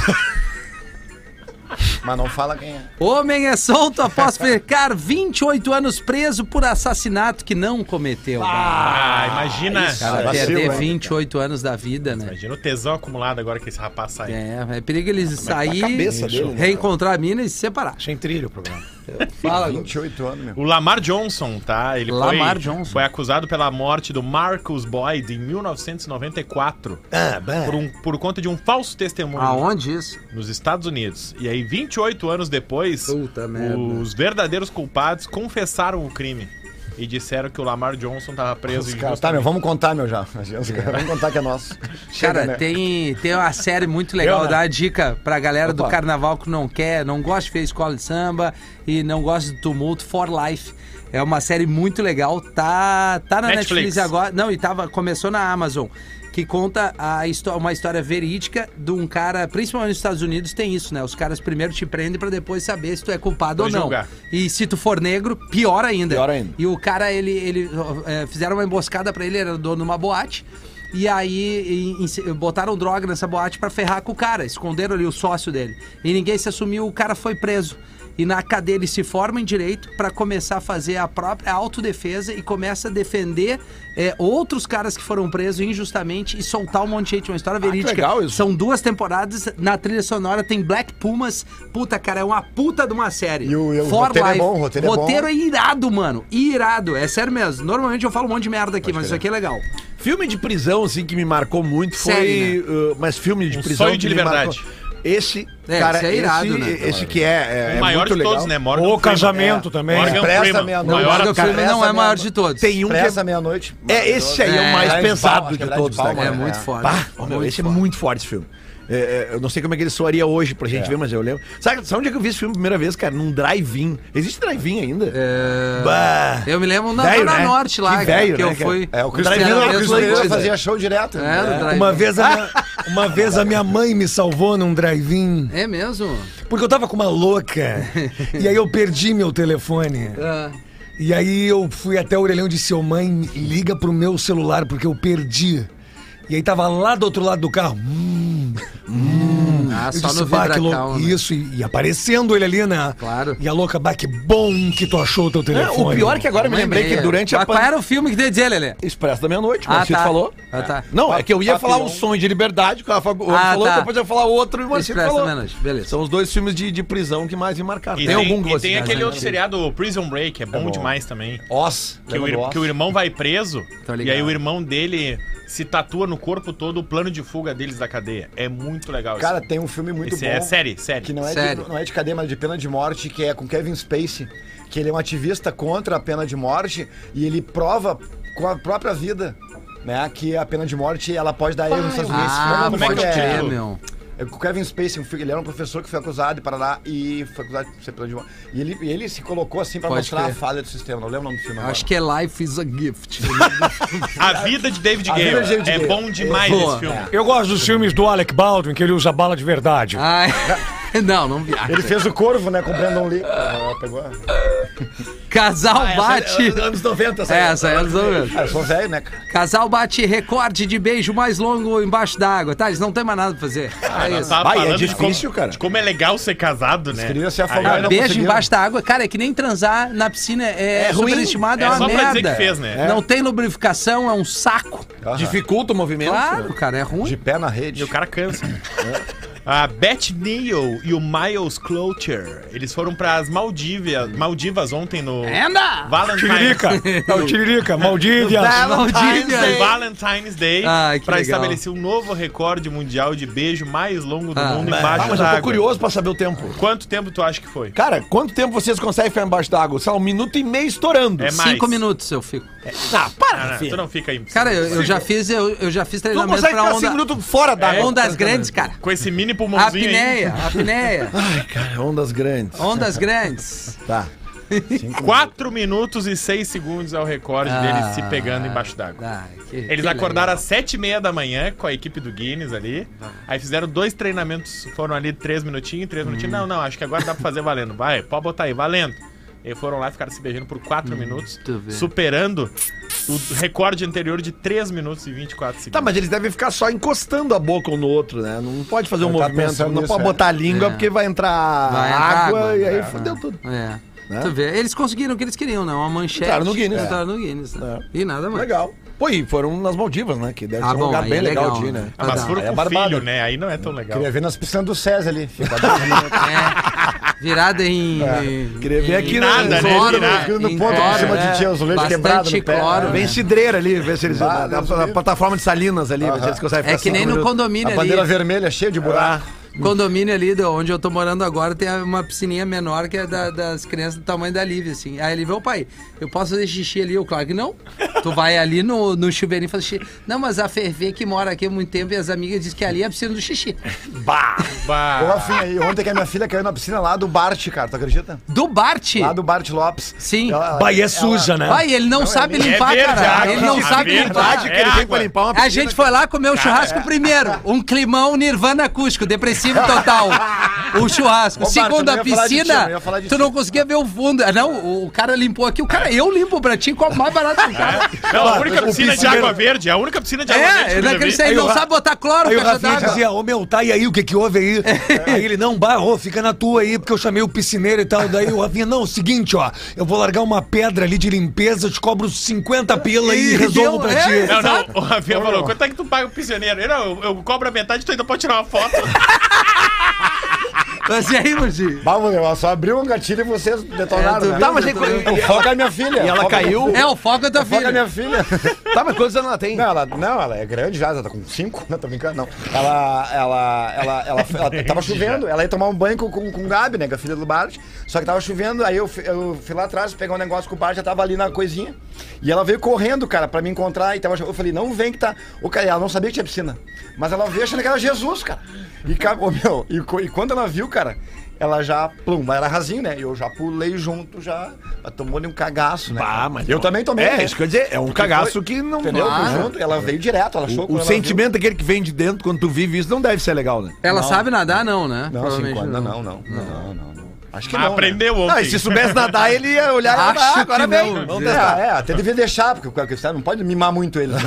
[SPEAKER 5] Mas não fala quem é.
[SPEAKER 1] Homem é solto após ficar 28 anos preso por assassinato que não cometeu.
[SPEAKER 4] Ah, imagina.
[SPEAKER 1] Cara,
[SPEAKER 5] vacilo, hein,
[SPEAKER 1] perder
[SPEAKER 5] cara?
[SPEAKER 1] 28 anos da vida, né?
[SPEAKER 4] Imagina o tesão acumulado agora que esse rapaz sai.
[SPEAKER 1] É, é perigo eles sair,
[SPEAKER 3] cabeça dele, né, cara?
[SPEAKER 1] reencontrar a mina e se separar.
[SPEAKER 2] Sem trilho o programa.
[SPEAKER 1] Fala,
[SPEAKER 5] 28 anos, meu.
[SPEAKER 4] O Lamar Johnson, tá? Ele
[SPEAKER 1] Lamar
[SPEAKER 4] foi,
[SPEAKER 1] Johnson.
[SPEAKER 4] foi acusado pela morte do Marcus Boyd em 1994
[SPEAKER 3] Ah,
[SPEAKER 4] por, um- por conta de um falso testemunho
[SPEAKER 1] Aonde isso?
[SPEAKER 4] nos Estados Unidos. E aí, 28 anos depois,
[SPEAKER 1] Puta merda.
[SPEAKER 4] os verdadeiros culpados confessaram o crime e disseram que o Lamar Johnson tava preso
[SPEAKER 5] Os caras- tá, meu, vamos contar, meu, já. Os caras- Vamos contar que é nosso. Chega,
[SPEAKER 1] Cara,
[SPEAKER 5] né?
[SPEAKER 1] tem, tem uma série muito legal, dá uma dica pra galera do
[SPEAKER 5] Opa.
[SPEAKER 1] carnaval que não quer, não gosta de ver escola de samba e não gosta do tumulto, For Life. É uma série muito legal, tá, tá na Netflix.
[SPEAKER 4] Netflix.
[SPEAKER 1] agora. Não, e tava, começou na Amazon, que conta a histó- uma história verídica de um cara, principalmente nos Estados Unidos tem isso, né? Os caras primeiro te prendem pra depois saber se tu é culpado ou
[SPEAKER 4] Pra
[SPEAKER 1] não.
[SPEAKER 4] julgar.
[SPEAKER 1] E se tu for negro, pior ainda.
[SPEAKER 3] Pior ainda.
[SPEAKER 1] E o cara, ele, ele ó, é, fizeram uma emboscada pra ele, era dono de uma boate. E aí em- em- botaram droga nessa boate pra ferrar com o cara, esconderam ali o sócio dele. E ninguém se assumiu, o cara foi preso. E na cadeia ele se forma em direito para começar a fazer a própria autodefesa e começa a defender é, outros caras que foram presos injustamente e soltar um monte de gente. Uma história verídica.
[SPEAKER 3] Ah, legal isso.
[SPEAKER 1] São duas temporadas. Na trilha sonora tem Black Pumas. Puta, cara, é uma puta de uma série.
[SPEAKER 5] E o- e o
[SPEAKER 1] For
[SPEAKER 5] roteiro é
[SPEAKER 1] Life.
[SPEAKER 5] bom, o roteiro é bom.
[SPEAKER 1] irado, mano. Irado. É sério mesmo. Normalmente eu falo um monte de merda aqui, mas isso aqui é legal.
[SPEAKER 3] Filme de prisão, assim, que me marcou muito foi.
[SPEAKER 1] Série, né?
[SPEAKER 3] uh, mas filme de
[SPEAKER 4] Um
[SPEAKER 3] prisão.
[SPEAKER 4] Sonho de
[SPEAKER 3] que me
[SPEAKER 4] Liberdade.
[SPEAKER 3] marcou- Esse,
[SPEAKER 1] É,
[SPEAKER 3] cara,
[SPEAKER 1] esse é
[SPEAKER 3] esse,
[SPEAKER 1] irado, né?
[SPEAKER 3] esse que é. é
[SPEAKER 4] o maior
[SPEAKER 3] muito
[SPEAKER 4] de
[SPEAKER 3] legal.
[SPEAKER 4] todos, né? Morgan
[SPEAKER 2] O
[SPEAKER 4] Freeman.
[SPEAKER 2] casamento também.
[SPEAKER 4] Morgan
[SPEAKER 5] Presta
[SPEAKER 4] Freeman.
[SPEAKER 5] meia
[SPEAKER 4] O
[SPEAKER 5] noite.
[SPEAKER 4] é um maior
[SPEAKER 1] Morgan Freeman não é
[SPEAKER 5] essa
[SPEAKER 1] maior
[SPEAKER 5] merda.
[SPEAKER 1] de
[SPEAKER 4] né?
[SPEAKER 1] todos.
[SPEAKER 3] Tem um que
[SPEAKER 5] Pressa meia-noite.
[SPEAKER 3] é. Esse aí é o
[SPEAKER 1] É,
[SPEAKER 3] mais
[SPEAKER 5] é de
[SPEAKER 3] pesado
[SPEAKER 5] pau, acho que
[SPEAKER 3] de
[SPEAKER 5] é de
[SPEAKER 3] todos,
[SPEAKER 5] pau,
[SPEAKER 3] né?
[SPEAKER 5] mas
[SPEAKER 1] É
[SPEAKER 3] cara?
[SPEAKER 1] muito
[SPEAKER 5] É.
[SPEAKER 1] forte.
[SPEAKER 3] Bah, ô, meu,
[SPEAKER 1] Muito
[SPEAKER 3] esse é
[SPEAKER 1] forte.
[SPEAKER 3] muito forte esse filme. É, é, eu não sei como é que ele soaria hoje pra gente ver, mas eu lembro. Sabe, sabe onde é que eu vi esse filme a primeira vez, cara? Num drive-in. Existe drive-in ainda? É. Bah.
[SPEAKER 1] Eu me lembro na
[SPEAKER 3] Velho,
[SPEAKER 1] Zona
[SPEAKER 3] né?
[SPEAKER 1] Norte
[SPEAKER 3] Que
[SPEAKER 1] lá,
[SPEAKER 3] velho,
[SPEAKER 1] que eu
[SPEAKER 3] né, cara?
[SPEAKER 1] fui.
[SPEAKER 5] É, o Chris
[SPEAKER 3] Drive-in
[SPEAKER 1] Era
[SPEAKER 3] lá,
[SPEAKER 5] Pereira- o
[SPEAKER 3] o
[SPEAKER 5] Chris
[SPEAKER 1] mesmo
[SPEAKER 3] Leite,
[SPEAKER 5] Pereira
[SPEAKER 1] antes.
[SPEAKER 5] fazia show direto.
[SPEAKER 1] É, era drive-in.
[SPEAKER 2] Uma vez, a minha, uma vez a minha mãe me salvou num drive-in,
[SPEAKER 1] É mesmo?
[SPEAKER 2] porque eu tava com uma louca. E aí eu perdi meu telefone.
[SPEAKER 1] Ah,
[SPEAKER 2] E aí eu fui até o orelhão e disse, ô mãe, liga pro meu celular, porque eu perdi. E aí tava lá do outro lado do carro. Hum,
[SPEAKER 1] ah,
[SPEAKER 2] eu
[SPEAKER 1] só
[SPEAKER 2] disse,
[SPEAKER 1] no
[SPEAKER 2] "Bah, que lou-
[SPEAKER 1] Vibracão. né?
[SPEAKER 2] Isso, e, e aparecendo ele ali, né?
[SPEAKER 1] Claro.
[SPEAKER 2] E a louca, bah, que bom que tu achou o teu
[SPEAKER 3] Ah,
[SPEAKER 2] telefone.
[SPEAKER 3] o pior é que agora eu me
[SPEAKER 1] Uma e
[SPEAKER 3] lembrei que
[SPEAKER 1] meia.
[SPEAKER 3] durante a
[SPEAKER 1] Mas qual era o filme que tu ia dizer, Lelê?
[SPEAKER 3] Expresso da meia-noite, como
[SPEAKER 1] Ah,
[SPEAKER 3] você
[SPEAKER 1] tá.
[SPEAKER 3] falou.
[SPEAKER 1] Ah, tá.
[SPEAKER 3] Não, é que eu ia
[SPEAKER 5] Papillon.
[SPEAKER 3] falar um sonho de liberdade, que o Rafa Gordo
[SPEAKER 1] Ah,
[SPEAKER 3] falou,
[SPEAKER 1] tá.
[SPEAKER 3] depois eu ia falar outro e o Marcito
[SPEAKER 1] Expresso da
[SPEAKER 3] falou.
[SPEAKER 1] meia-noite, beleza.
[SPEAKER 3] São os dois filmes de, de prisão que mais me marcaram.
[SPEAKER 4] E tem,
[SPEAKER 3] algum que
[SPEAKER 4] e
[SPEAKER 3] você
[SPEAKER 4] tem
[SPEAKER 3] já
[SPEAKER 4] aquele
[SPEAKER 3] viu?
[SPEAKER 4] outro seriado Prison Break, é bom, demais também.
[SPEAKER 3] Oz.
[SPEAKER 4] Que o, ir- que o irmão vai preso
[SPEAKER 1] Tô ligado.
[SPEAKER 4] e aí o irmão dele se tatua no corpo todo o plano de fuga deles da cadeia. É muito legal isso.
[SPEAKER 5] Cara, tem um filme muito
[SPEAKER 4] Esse
[SPEAKER 5] bom.
[SPEAKER 4] é série, série.
[SPEAKER 5] Que não é,
[SPEAKER 1] Sério.
[SPEAKER 5] de, não é de cadeia, mas de pena de morte, que é com Kevin Spacey, que ele é um ativista contra a pena de morte e ele prova com a própria vida, né, que a pena de morte ela pode dar erro nos Estados Unidos.
[SPEAKER 1] Ah,
[SPEAKER 5] Não, não
[SPEAKER 4] como é que
[SPEAKER 5] foi-
[SPEAKER 4] é o
[SPEAKER 1] é,
[SPEAKER 4] título?
[SPEAKER 1] meu.
[SPEAKER 5] é com o Kevin Spacey, um fi- ele era um professor que foi acusado de Paraná e foi acusado de ser pena de morte. E ele, e ele se colocou assim pra
[SPEAKER 1] Pode
[SPEAKER 5] mostrar
[SPEAKER 1] crer.
[SPEAKER 5] a falha do sistema, não lembro o nome do filme
[SPEAKER 1] Eu
[SPEAKER 5] agora.
[SPEAKER 1] Acho que é Life is a Gift.
[SPEAKER 4] A vida de David
[SPEAKER 5] A
[SPEAKER 4] Gale.
[SPEAKER 5] Vida de David
[SPEAKER 4] é
[SPEAKER 5] Gale.
[SPEAKER 4] bom demais
[SPEAKER 1] Boa.
[SPEAKER 4] esse filme.
[SPEAKER 2] Eu gosto dos filmes do Alec Baldwin, que ele usa bala de verdade.
[SPEAKER 1] Ai, não, não viaja.
[SPEAKER 5] Ele fez o corvo, né, com o Brandon
[SPEAKER 1] É.
[SPEAKER 5] Lee. Ah, pegou.
[SPEAKER 1] Casal bate...
[SPEAKER 3] Anos 90,
[SPEAKER 1] É, essa é a resolveu.
[SPEAKER 5] Ah, eu sou velho, né, cara?
[SPEAKER 1] Casal bate recorde de beijo mais longo embaixo da água. Tá, eles não tem mais nada pra fazer. É
[SPEAKER 4] Ela
[SPEAKER 1] isso.
[SPEAKER 4] tava
[SPEAKER 3] Vai, é
[SPEAKER 4] falando de
[SPEAKER 3] difícil,
[SPEAKER 4] como,
[SPEAKER 3] cara.
[SPEAKER 4] de como é legal ser casado, né?
[SPEAKER 5] queriam se afogar,
[SPEAKER 4] Aí,
[SPEAKER 5] não
[SPEAKER 1] beijo
[SPEAKER 5] conseguiram.
[SPEAKER 1] embaixo da água, cara, é que nem transar na piscina é,
[SPEAKER 3] É ruim.
[SPEAKER 1] superestimado, é,
[SPEAKER 4] É
[SPEAKER 1] uma
[SPEAKER 4] só pra
[SPEAKER 1] merda.
[SPEAKER 4] dizer que fez, né?
[SPEAKER 1] Não tem lubrificação, é um saco.
[SPEAKER 3] Dificulta o movimento.
[SPEAKER 1] Claro, cara, é ruim.
[SPEAKER 5] De pé na
[SPEAKER 4] E
[SPEAKER 5] rede.
[SPEAKER 4] o cara cansa. A Beth Neal Ah, e o Miles Cloutier, eles foram para as Maldivas, Maldivas ontem no
[SPEAKER 1] Anda!
[SPEAKER 4] Valentine's,
[SPEAKER 2] Tiririca, é o Tiririca, Maldívia.
[SPEAKER 4] no
[SPEAKER 1] Maldívia.
[SPEAKER 4] Valentine's Day
[SPEAKER 1] Ai, que
[SPEAKER 4] para
[SPEAKER 1] legal.
[SPEAKER 4] estabelecer um novo recorde mundial de beijo mais longo do
[SPEAKER 1] Ah,
[SPEAKER 4] mundo
[SPEAKER 3] Ah,
[SPEAKER 4] embaixo
[SPEAKER 3] mas
[SPEAKER 4] da
[SPEAKER 3] eu tô
[SPEAKER 4] água.
[SPEAKER 3] curioso pra saber o tempo.
[SPEAKER 4] Quanto tempo tu acha que foi?
[SPEAKER 3] Cara, quanto tempo vocês conseguem ficar embaixo d'água? Sei lá, um minuto e meio estourando.
[SPEAKER 4] É mais.
[SPEAKER 1] Cinco minutos eu fico.
[SPEAKER 3] Ah, para,
[SPEAKER 4] Ah, não,
[SPEAKER 3] filho.
[SPEAKER 4] tu não fica aí.
[SPEAKER 1] Cara, eu, eu já fiz, eu, eu já fiz
[SPEAKER 3] Tu não
[SPEAKER 1] treinamento
[SPEAKER 3] consegue
[SPEAKER 1] pra
[SPEAKER 3] ficar cinco
[SPEAKER 1] onda, É,
[SPEAKER 3] minutos fora d'água.
[SPEAKER 1] ondas grandes, cara.
[SPEAKER 4] É Com esse mini pulmãozinho aí.
[SPEAKER 1] Apneia, apneia.
[SPEAKER 3] Ai, cara, ondas grandes.
[SPEAKER 1] Ondas grandes.
[SPEAKER 3] Tá.
[SPEAKER 4] 4 minutos e 6 segundos é o recorde
[SPEAKER 1] Ah.
[SPEAKER 4] deles se pegando embaixo d'água.
[SPEAKER 1] Ai, que-
[SPEAKER 4] Eles
[SPEAKER 1] que
[SPEAKER 4] acordaram às sete e meia da manhã com a equipe do Guinness ali. Aí fizeram dois treinamentos, foram ali três minutinhos, três minutinhos. Não, não, acho que agora dá pra fazer valendo. Vai, pode botar aí, valendo. E foram lá, ficaram se beijando por quatro minutos,
[SPEAKER 1] tu vê.
[SPEAKER 4] superando o recorde anterior de 3 minutos e 24 segundos.
[SPEAKER 3] Tá, mas eles devem ficar só encostando a boca um no outro, né? Não pode fazer um
[SPEAKER 5] Eu tava
[SPEAKER 3] movimento,
[SPEAKER 5] pensando
[SPEAKER 3] não
[SPEAKER 5] nisso,
[SPEAKER 3] pode
[SPEAKER 5] é.
[SPEAKER 3] botar a língua
[SPEAKER 1] É.
[SPEAKER 3] porque vai entrar
[SPEAKER 1] Vai entrar
[SPEAKER 3] água
[SPEAKER 1] água,
[SPEAKER 3] e aí
[SPEAKER 1] é.
[SPEAKER 3] fudeu tudo.
[SPEAKER 1] legal. É.
[SPEAKER 3] Né?
[SPEAKER 1] Tu vê, eles conseguiram o que eles queriam, não? Uma manchete.
[SPEAKER 3] Entraram no Guinness.
[SPEAKER 1] Entraram no Guinness. né? E nada mais.
[SPEAKER 3] Legal. Pô, e foram nas Maldivas, né? Que deve
[SPEAKER 1] Ah,
[SPEAKER 3] ser um
[SPEAKER 1] bom,
[SPEAKER 3] lugar
[SPEAKER 1] aí
[SPEAKER 3] bem
[SPEAKER 1] é
[SPEAKER 3] legal,
[SPEAKER 1] legal,
[SPEAKER 3] de ir,
[SPEAKER 1] né?
[SPEAKER 3] né?
[SPEAKER 4] Ah, mas
[SPEAKER 1] Não,
[SPEAKER 4] foram
[SPEAKER 5] aí é
[SPEAKER 4] com
[SPEAKER 5] barbado.
[SPEAKER 4] filho, né? Aí não é tão legal.
[SPEAKER 5] Queria ver nas piscinas do César ali. Fica dez minutos.
[SPEAKER 1] É, virada em. em-
[SPEAKER 3] Queria ver
[SPEAKER 1] em-
[SPEAKER 3] aqui
[SPEAKER 4] nada, né?
[SPEAKER 1] cloro,
[SPEAKER 4] Virar.
[SPEAKER 5] Ficando
[SPEAKER 1] em
[SPEAKER 5] no ponto
[SPEAKER 1] cloro,
[SPEAKER 5] por cima
[SPEAKER 1] né?
[SPEAKER 5] de tia, os leites
[SPEAKER 1] Bastante
[SPEAKER 5] quebrados no pé.
[SPEAKER 1] cloro,
[SPEAKER 3] Vem
[SPEAKER 1] né?
[SPEAKER 3] cidreira ali, ver se eles.
[SPEAKER 5] Ah,
[SPEAKER 3] na,
[SPEAKER 5] Deus
[SPEAKER 3] na- na
[SPEAKER 5] livre.
[SPEAKER 3] plataforma de Salinas ali, ver se eles conseguem
[SPEAKER 1] É
[SPEAKER 3] ficar
[SPEAKER 1] que nem
[SPEAKER 3] cinco
[SPEAKER 1] no
[SPEAKER 3] minutos.
[SPEAKER 1] condomínio
[SPEAKER 5] A bandeira
[SPEAKER 1] ali.
[SPEAKER 5] vermelha cheia de buraco.
[SPEAKER 1] Condomínio ali do- onde eu tô morando agora tem uma piscininha menor que é da- das crianças do tamanho da Lívia, assim. Aí ele vê, ô pai, eu posso fazer xixi ali? Eu, claro que não. Tu vai ali no, no chuveirinho e faz xixi. Não, mas a Fervê que mora aqui há muito tempo e as amigas dizem que ali é a piscina do xixi. Ah.
[SPEAKER 5] Ô,
[SPEAKER 4] Bah.
[SPEAKER 5] Rafinha, e ontem que a minha filha caiu na piscina lá do Bart, cara, tu acredita?
[SPEAKER 1] Do Bart.
[SPEAKER 5] Lá do Bart Lopes.
[SPEAKER 1] Sim.
[SPEAKER 5] Ela-
[SPEAKER 2] Bahia é suja, né?
[SPEAKER 1] Vai, ele não, sabe
[SPEAKER 4] É
[SPEAKER 1] limpar,
[SPEAKER 4] verde a
[SPEAKER 1] cara.
[SPEAKER 4] água,
[SPEAKER 1] Ele não
[SPEAKER 4] a
[SPEAKER 1] sabe
[SPEAKER 4] verde
[SPEAKER 1] limpar.
[SPEAKER 4] a
[SPEAKER 3] Verdade que ele
[SPEAKER 4] É
[SPEAKER 3] vem pra
[SPEAKER 4] água.
[SPEAKER 3] limpar uma
[SPEAKER 1] A
[SPEAKER 3] piscina.
[SPEAKER 1] gente foi lá comer o churrasco primeiro. Um climão Um Nirvana acústico, agressivo total. O churrasco.
[SPEAKER 5] Ô, Bárbara,
[SPEAKER 1] Segunda
[SPEAKER 5] tu não ia falar de
[SPEAKER 1] piscina,
[SPEAKER 5] ti, não ia falar de
[SPEAKER 1] tu
[SPEAKER 5] ti.
[SPEAKER 1] não conseguia ver o fundo. Ah, Não, o- o cara limpou aqui. O cara, eu limpo pra ti com a mais barata do cara.
[SPEAKER 4] Não, a única
[SPEAKER 5] o
[SPEAKER 4] piscina de
[SPEAKER 5] piscineiro-
[SPEAKER 4] água verde, Então, a única piscina de água verde.
[SPEAKER 1] É,
[SPEAKER 4] eu já vi.
[SPEAKER 1] naquele aí
[SPEAKER 2] Aí
[SPEAKER 1] não
[SPEAKER 2] o Ra-
[SPEAKER 1] sabe botar cloro,
[SPEAKER 2] Aí o
[SPEAKER 1] caixa
[SPEAKER 2] Rafinha
[SPEAKER 1] d'água.
[SPEAKER 2] dizia, ô meu, tá, e aí o que que houve aí?
[SPEAKER 1] É.
[SPEAKER 2] aí ele, não, bah, ô, fica na tua aí, porque eu chamei o piscineiro e tal. Daí o Rafinha, não, seguinte, ó, eu vou largar uma pedra ali de limpeza, te cobro 50 pila e,
[SPEAKER 1] E
[SPEAKER 2] resolvo
[SPEAKER 1] deu,
[SPEAKER 2] pra
[SPEAKER 1] é,
[SPEAKER 2] ti.
[SPEAKER 4] Não, não, o Rafinha falou, quanto é que tu paga o prisioneiro? Ele, não, eu, eu cobro a metade, tu ainda pode tirar uma foto.
[SPEAKER 1] Mas e aí, Murci?
[SPEAKER 5] Vamos, eu só abriu um gatilho e vocês detonaram.
[SPEAKER 1] É, tu
[SPEAKER 5] né?
[SPEAKER 1] viu?
[SPEAKER 3] Tá, mas aí,
[SPEAKER 5] O foco é minha filha.
[SPEAKER 3] E ela
[SPEAKER 5] O foco é-
[SPEAKER 3] caiu.
[SPEAKER 1] É, o foco é tua
[SPEAKER 5] O foco é
[SPEAKER 1] filha.
[SPEAKER 5] minha filha.
[SPEAKER 3] Tá, mas quantos anos ela tem?
[SPEAKER 5] Não, ela, não, ela é grande já, ela tá com 5, não tô brincando, não. Ela, ela, ela, ela, ela tava chovendo,
[SPEAKER 3] né?
[SPEAKER 5] ela ia tomar um banho com, com, com o Gabi, né, que é a filha do Bart, só que tava chovendo, aí eu, fui- eu fui lá atrás pegar um negócio com o Bart, já tava ali na coisinha, e ela veio correndo, cara, pra me encontrar, e tava, cho- eu falei, não vem que tá, o cara, e ela não sabia que tinha piscina, mas ela veio achando que era Jesus, cara, e, ca- ô, meu, e, co- e quando ela viu, cara, ela já, plum, mas era rasinho, né, e eu já pulei junto, já, ela tomou-lhe um cagaço, né,
[SPEAKER 3] Ah, mas
[SPEAKER 5] eu
[SPEAKER 3] não.
[SPEAKER 5] também tomei,
[SPEAKER 3] É,
[SPEAKER 5] né?
[SPEAKER 3] isso quer dizer, é um cagaço que não.
[SPEAKER 5] Entendeu?
[SPEAKER 3] Ah,
[SPEAKER 5] Fui junto, ela veio direto, ela achou
[SPEAKER 3] O,
[SPEAKER 5] quando
[SPEAKER 3] o
[SPEAKER 5] ela
[SPEAKER 3] sentimento aquele que vem de dentro quando tu vive isso não deve ser legal, né?
[SPEAKER 1] Ela sabe nadar, não, né?
[SPEAKER 5] viu- Não,
[SPEAKER 1] Provavelmente
[SPEAKER 5] cinco anos. Não, não, não, não, não, não. Acho que
[SPEAKER 4] Ah,
[SPEAKER 5] não. Né?
[SPEAKER 4] Aprendeu ontem.
[SPEAKER 3] Ah, e se soubesse nadar, ele ia olhar e ia
[SPEAKER 1] Acho
[SPEAKER 3] falar, ah, agora
[SPEAKER 1] que
[SPEAKER 3] vem.
[SPEAKER 1] não,
[SPEAKER 3] Vamos
[SPEAKER 1] gente.
[SPEAKER 3] testar.
[SPEAKER 5] É, é, até devia deixar, porque o cara que sabe não pode mimar muito ele. né?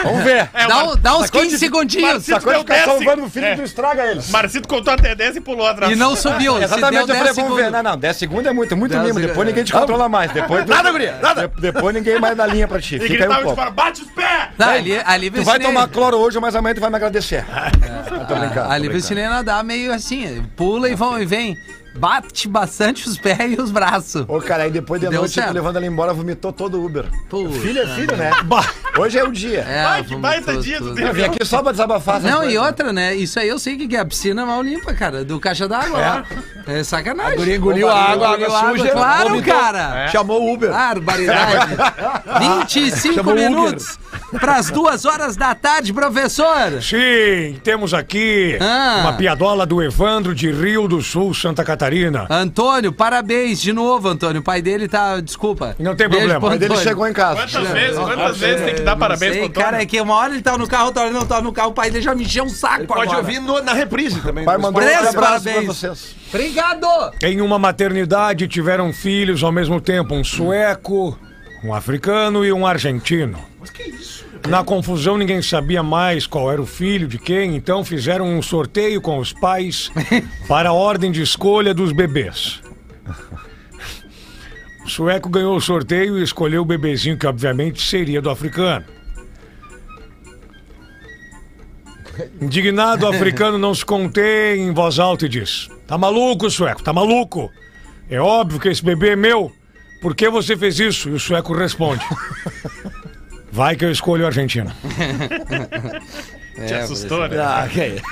[SPEAKER 5] Vamos ver.
[SPEAKER 4] É, o
[SPEAKER 1] Dá,
[SPEAKER 4] Mar-
[SPEAKER 1] um- dá uns 15
[SPEAKER 4] Mas
[SPEAKER 1] segundinhos.
[SPEAKER 4] se-
[SPEAKER 5] Essa coisa de ficar
[SPEAKER 4] desce.
[SPEAKER 5] salvando o filho,
[SPEAKER 4] É.
[SPEAKER 5] tu estraga ele.
[SPEAKER 4] Marcito contou até 10 e pulou atrás.
[SPEAKER 1] E não subiu. Se deu
[SPEAKER 5] É, Exatamente, eu
[SPEAKER 1] 10
[SPEAKER 5] falei, vamos ver.
[SPEAKER 1] segundos.
[SPEAKER 5] Não, não, 10 segundos é muito, é muito
[SPEAKER 1] Dez
[SPEAKER 5] mimo.
[SPEAKER 1] segundos,
[SPEAKER 5] Depois ninguém te controla mais. Depois nada, guria, nada. Depois ninguém mais na linha pra ti.
[SPEAKER 4] E
[SPEAKER 5] Fica aí um
[SPEAKER 4] gritava de
[SPEAKER 5] pouco.
[SPEAKER 4] fora, bate os pés!
[SPEAKER 1] Tá, ali, ali
[SPEAKER 5] Tu vai tomar cloro hoje, mas amanhã tu vai me agradecer. Não tô brincando.
[SPEAKER 1] ah, Ali o cinema nadar meio assim, pula e vão e vem. Bate bastante os pés e os braços.
[SPEAKER 5] Ô, cara, aí depois de
[SPEAKER 1] Deu
[SPEAKER 5] noite,
[SPEAKER 1] certo.
[SPEAKER 5] tu levando ela embora, vomitou todo o Uber.
[SPEAKER 1] Pô,
[SPEAKER 5] Filho é filho, né? Hoje é o dia.
[SPEAKER 1] é,
[SPEAKER 4] Ai, que
[SPEAKER 1] vamos
[SPEAKER 4] baita
[SPEAKER 1] tudo,
[SPEAKER 4] dia, tu
[SPEAKER 1] tudo.
[SPEAKER 4] teve-
[SPEAKER 5] Eu vim aqui só pra desabafar. essas
[SPEAKER 1] Não,
[SPEAKER 5] coisas.
[SPEAKER 1] e outra, né? Isso aí eu sei o que que é a piscina mal limpa, cara, do caixa d'água lá. É sacanagem.
[SPEAKER 3] guria engoliu a água, a água suja,
[SPEAKER 1] Claro,
[SPEAKER 3] vomitou. É.
[SPEAKER 1] cara.
[SPEAKER 4] É.
[SPEAKER 1] Ah.
[SPEAKER 3] Chamou o Uber.
[SPEAKER 1] Barbaridade. 25
[SPEAKER 3] Chamou o Uber.
[SPEAKER 1] minutos para as duas horas da tarde, professor.
[SPEAKER 2] Sim, temos aqui
[SPEAKER 1] Ah.
[SPEAKER 2] uma piadola do Evandro de Rio do Sul, Santa Catarina.
[SPEAKER 1] Antônio, parabéns de novo, Antônio. O pai dele tá. Desculpa.
[SPEAKER 2] Não tem
[SPEAKER 1] Beijo
[SPEAKER 2] problema.
[SPEAKER 1] pro
[SPEAKER 2] O pai
[SPEAKER 5] Mas ele
[SPEAKER 1] Antônio.
[SPEAKER 5] chegou em casa.
[SPEAKER 4] Quantas vezes, quantas vezes tem que dar parabéns
[SPEAKER 1] Sei,
[SPEAKER 4] pro Antônio?
[SPEAKER 1] cara, é que uma hora ele tá no carro, outra hora não tá no carro, o pai dele já me encheu um saco
[SPEAKER 3] Pode
[SPEAKER 1] agora.
[SPEAKER 3] ouvir no- na reprise também.
[SPEAKER 5] Pai mandou
[SPEAKER 1] Três
[SPEAKER 5] um abraço pra
[SPEAKER 1] parabéns.
[SPEAKER 5] vocês.
[SPEAKER 1] Obrigado!
[SPEAKER 2] Em uma maternidade tiveram filhos ao mesmo tempo, um sueco, um africano e um argentino. Mas que isso? Na confusão ninguém sabia mais qual era o filho de quem, então fizeram um sorteio com os pais para a ordem de escolha dos bebês. O sueco ganhou o sorteio e escolheu o bebezinho que obviamente seria do africano. Indignado, o africano não se contém em voz alta e diz: Tá maluco, sueco, tá maluco? É óbvio que esse bebê é meu. Por que você fez isso? E o sueco responde: Vai que eu escolho a Argentina.
[SPEAKER 4] Te assustou, né?
[SPEAKER 3] Ah,
[SPEAKER 1] é.
[SPEAKER 3] ok.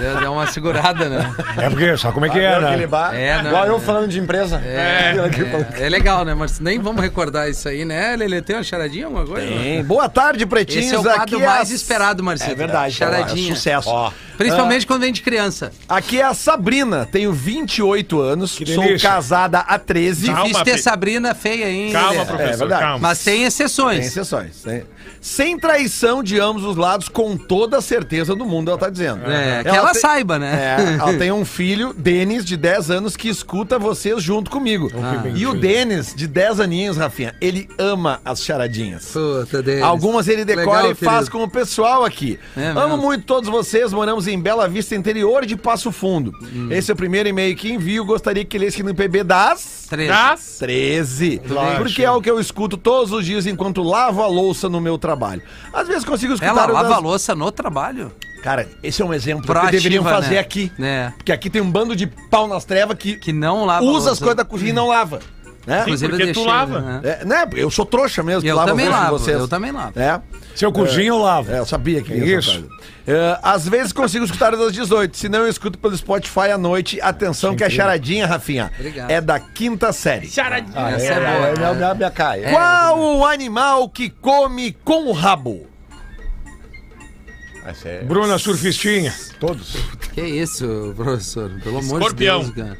[SPEAKER 1] Deu, deu uma segurada, né?
[SPEAKER 2] É porque, sabe como é que é,
[SPEAKER 5] Deu Ah, aquele
[SPEAKER 2] né?
[SPEAKER 5] bar.
[SPEAKER 1] É, não,
[SPEAKER 5] Igual eu
[SPEAKER 1] é.
[SPEAKER 5] falando de empresa.
[SPEAKER 1] É,
[SPEAKER 5] Aquele que falou.
[SPEAKER 1] é, é legal, né? Mas nem vamos recordar isso aí, né, Lele? Tem uma charadinha, alguma coisa?
[SPEAKER 3] Hein, Boa tarde, pretinhos.
[SPEAKER 1] Esse é o quadro
[SPEAKER 3] Aqui a-
[SPEAKER 1] mais esperado, Marcelo.
[SPEAKER 3] É verdade,
[SPEAKER 1] Charadinha.
[SPEAKER 3] É sucesso.
[SPEAKER 1] Principalmente quando vem de criança.
[SPEAKER 3] Aqui é a Sabrina, tenho 28 anos, sou
[SPEAKER 2] delícia.
[SPEAKER 3] casada há 13.
[SPEAKER 4] Calma,
[SPEAKER 1] Difícil ter
[SPEAKER 4] Pri.
[SPEAKER 1] Sabrina feia, hein?
[SPEAKER 4] Calma,
[SPEAKER 1] Lelê?
[SPEAKER 3] É
[SPEAKER 4] professor,
[SPEAKER 3] verdade.
[SPEAKER 4] calma.
[SPEAKER 1] Mas tem
[SPEAKER 3] Tem
[SPEAKER 1] exceções.
[SPEAKER 3] exceções. né? Sem traição de ambos os lados, com toda a certeza do mundo, ela tá dizendo.
[SPEAKER 1] É, que ela,
[SPEAKER 3] tem-
[SPEAKER 1] saiba, né?
[SPEAKER 3] É, ela tem um filho, Denis, de 10 anos, que escuta vocês junto comigo.
[SPEAKER 1] Ah.
[SPEAKER 3] E o Denis, de 10 aninhos, Rafinha, ele ama as charadinhas.
[SPEAKER 1] Puta, Denis.
[SPEAKER 3] Algumas ele decora
[SPEAKER 1] Legal,
[SPEAKER 3] e faz
[SPEAKER 1] querido.
[SPEAKER 3] com o pessoal aqui.
[SPEAKER 1] É
[SPEAKER 3] Amo
[SPEAKER 1] mesmo?
[SPEAKER 3] muito todos vocês, moramos em Bela Vista, interior de Passo Fundo.
[SPEAKER 1] Hum.
[SPEAKER 3] Esse é o primeiro e-mail que envio, gostaria que lesse aqui no PB das...
[SPEAKER 1] Três.
[SPEAKER 4] Mas...
[SPEAKER 3] 13. Porque é o que eu escuto todos os dias enquanto lavo a louça no meu trabalho. Às vezes consigo escutar...
[SPEAKER 1] Ela
[SPEAKER 3] o
[SPEAKER 1] lava
[SPEAKER 3] das-
[SPEAKER 1] a louça no trabalho?
[SPEAKER 3] Cara, esse é um exemplo
[SPEAKER 1] Proativa,
[SPEAKER 3] que deveriam fazer
[SPEAKER 1] né?
[SPEAKER 3] aqui.
[SPEAKER 1] É.
[SPEAKER 3] Porque aqui tem um bando de pau nas trevas que,
[SPEAKER 1] Que não lava a
[SPEAKER 3] usa as
[SPEAKER 1] louça.
[SPEAKER 3] coisas da cozinha e não lava. Né?
[SPEAKER 4] Sim.
[SPEAKER 1] Inclusive,
[SPEAKER 4] porque
[SPEAKER 1] eu
[SPEAKER 4] tu
[SPEAKER 1] deixei.
[SPEAKER 4] lava.
[SPEAKER 1] né?
[SPEAKER 3] É, né? Eu sou trouxa mesmo, que
[SPEAKER 1] Eu
[SPEAKER 3] lavo
[SPEAKER 1] também
[SPEAKER 3] as louças de
[SPEAKER 1] lavo,
[SPEAKER 3] vocês.
[SPEAKER 1] eu também lavo.
[SPEAKER 3] É.
[SPEAKER 2] Se eu cozinho, eu lavo.
[SPEAKER 3] É, eu sabia que ia
[SPEAKER 2] Isso.
[SPEAKER 3] essa frase. É, às vezes consigo escutar das 18, se não eu escuto pelo Spotify à noite. Atenção que a charadinha, Rafinha,
[SPEAKER 1] Obrigado.
[SPEAKER 3] é da quinta série.
[SPEAKER 4] Charadinha.
[SPEAKER 1] Essa é, boa.
[SPEAKER 5] É, minha, minha, minha caia.
[SPEAKER 3] Qual o animal que come com o rabo? Ah,
[SPEAKER 5] Vai
[SPEAKER 3] é
[SPEAKER 5] ser
[SPEAKER 2] Bruna Surfistinha.
[SPEAKER 5] Todos.
[SPEAKER 1] Que isso, professor? Pelo amor
[SPEAKER 4] Escorpião.
[SPEAKER 1] de Deus, cara.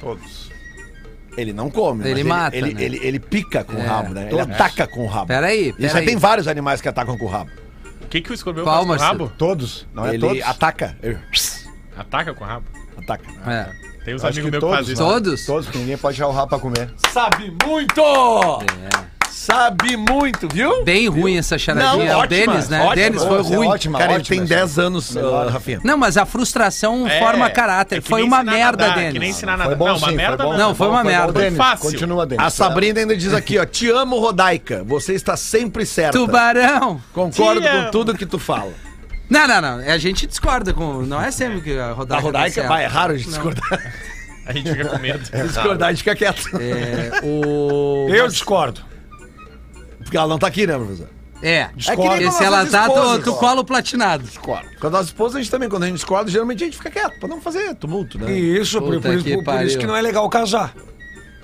[SPEAKER 5] Todos.
[SPEAKER 3] Ele não come,
[SPEAKER 1] Ele mata,
[SPEAKER 3] ele,
[SPEAKER 1] né?
[SPEAKER 3] ele, ele pica com o rabo, né? Ele
[SPEAKER 1] todos.
[SPEAKER 3] ataca com o rabo.
[SPEAKER 1] Peraí,
[SPEAKER 3] E já
[SPEAKER 1] peraí.
[SPEAKER 3] tem vários animais que atacam com o rabo.
[SPEAKER 4] O que, que o escorpião
[SPEAKER 1] Qual,
[SPEAKER 4] faz com o
[SPEAKER 1] Marcelo?
[SPEAKER 4] rabo?
[SPEAKER 5] Todos. Não é
[SPEAKER 3] ele
[SPEAKER 5] todos.
[SPEAKER 3] ataca.
[SPEAKER 4] Ataca com o rabo.
[SPEAKER 5] Ataca.
[SPEAKER 1] É.
[SPEAKER 4] Tem uns
[SPEAKER 5] Eu acho
[SPEAKER 4] amigos
[SPEAKER 5] que
[SPEAKER 4] meus que fazem
[SPEAKER 5] todos,
[SPEAKER 4] isso.
[SPEAKER 1] Todos?
[SPEAKER 5] Todos, porque ninguém pode tirar o rabo pra comer.
[SPEAKER 3] Sabe muito! Sabe muito, viu?
[SPEAKER 1] Bem ruim essa
[SPEAKER 3] Não,
[SPEAKER 1] charadinha. é o
[SPEAKER 3] ótima,
[SPEAKER 1] Denis, né?
[SPEAKER 3] ótima.
[SPEAKER 1] Denis foi
[SPEAKER 5] Nossa, é
[SPEAKER 1] ruim.
[SPEAKER 5] Ótima,
[SPEAKER 3] Cara, ele
[SPEAKER 5] ótima
[SPEAKER 3] tem
[SPEAKER 5] essa.
[SPEAKER 3] 10 anos, ah, Rafinha.
[SPEAKER 1] Não, mas a frustração
[SPEAKER 4] É,
[SPEAKER 1] forma
[SPEAKER 4] é
[SPEAKER 1] caráter.
[SPEAKER 4] que
[SPEAKER 1] foi
[SPEAKER 4] nem
[SPEAKER 1] uma
[SPEAKER 4] ensinar a
[SPEAKER 1] merda,
[SPEAKER 4] nadar, Que nem
[SPEAKER 1] Denis.
[SPEAKER 4] ensinar nada.
[SPEAKER 5] Foi bom,
[SPEAKER 4] Não, uma
[SPEAKER 5] sim,
[SPEAKER 4] merda
[SPEAKER 5] foi bom,
[SPEAKER 4] não.
[SPEAKER 1] Não, foi uma
[SPEAKER 5] bom,
[SPEAKER 1] merda.
[SPEAKER 5] bom, Denis.
[SPEAKER 4] Fácil.
[SPEAKER 5] Continua, Denis.
[SPEAKER 3] A Sabrina ainda diz aqui, ó. Te amo, Rodaica. Você está sempre certa.
[SPEAKER 1] Tubarão!
[SPEAKER 3] Concordo
[SPEAKER 4] Te
[SPEAKER 3] com
[SPEAKER 4] amo.
[SPEAKER 3] tudo que tu fala.
[SPEAKER 1] Não, não, não. A gente discorda com. Não é sempre que a
[SPEAKER 3] A
[SPEAKER 1] Rodaica. tá
[SPEAKER 3] Rodaica,
[SPEAKER 1] certa.
[SPEAKER 3] vai, é raro a gente discordar.
[SPEAKER 4] A gente fica com medo.
[SPEAKER 3] Discordar, a gente fica quieto.
[SPEAKER 1] É, o.
[SPEAKER 2] Eu discordo.
[SPEAKER 3] Porque ela não tá aqui, né, professor?
[SPEAKER 1] É.
[SPEAKER 3] Discordo.
[SPEAKER 1] Porque se ela tá, tu, tu cola o platinado.
[SPEAKER 3] Com a nossa esposa, a gente também, quando a gente discorda, geralmente a gente fica quieto, pra não fazer tumulto, né?
[SPEAKER 2] E isso, por,
[SPEAKER 1] Puta
[SPEAKER 2] por isso-
[SPEAKER 1] que
[SPEAKER 2] por isso
[SPEAKER 1] pariu.
[SPEAKER 2] que não é legal casar.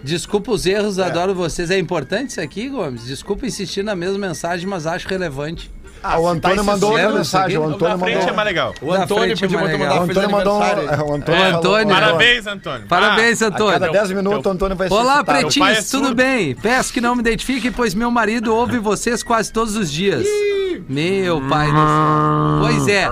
[SPEAKER 1] Desculpa os erros, adoro vocês. É importante isso aqui, Gomes? Desculpa insistir na mesma mensagem, mas acho relevante.
[SPEAKER 5] Ah, o Antônio
[SPEAKER 3] tá
[SPEAKER 5] mandou outra
[SPEAKER 1] insistindo,
[SPEAKER 5] mensagem. O
[SPEAKER 1] isso
[SPEAKER 4] O da
[SPEAKER 5] Antônio
[SPEAKER 4] frente é
[SPEAKER 5] mandou.
[SPEAKER 4] mais legal.
[SPEAKER 3] O
[SPEAKER 1] Da
[SPEAKER 3] Antônio
[SPEAKER 1] frente é
[SPEAKER 3] podia
[SPEAKER 1] mais
[SPEAKER 3] mandar
[SPEAKER 1] legal.
[SPEAKER 3] uma
[SPEAKER 5] O Antônio mandou. um- O Antônio
[SPEAKER 1] É,
[SPEAKER 5] falou-
[SPEAKER 1] Antônio.
[SPEAKER 4] Parabéns, Antônio.
[SPEAKER 1] Parabéns,
[SPEAKER 4] Ah,
[SPEAKER 5] A
[SPEAKER 1] Antônio.
[SPEAKER 5] cada 10 minutos o Antônio vai ser
[SPEAKER 1] Olá,
[SPEAKER 5] citado.
[SPEAKER 4] pai é
[SPEAKER 1] pretinhos,
[SPEAKER 4] surdo.
[SPEAKER 1] tudo bem? Peço que não me identifiquem, pois meu marido ouve vocês quase todos os dias. Meu pai do céu. Pois é,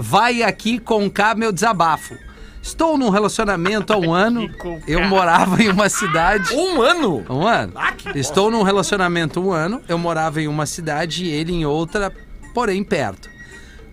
[SPEAKER 1] vai aqui com cá meu desabafo. Estou num relacionamento há um ano.
[SPEAKER 4] com
[SPEAKER 1] Eu
[SPEAKER 4] cá.
[SPEAKER 1] morava em uma cidade.
[SPEAKER 3] Um ano?
[SPEAKER 1] Um ano. Estou num relacionamento um ano. Eu morava em uma cidade e ele em outra, porém perto.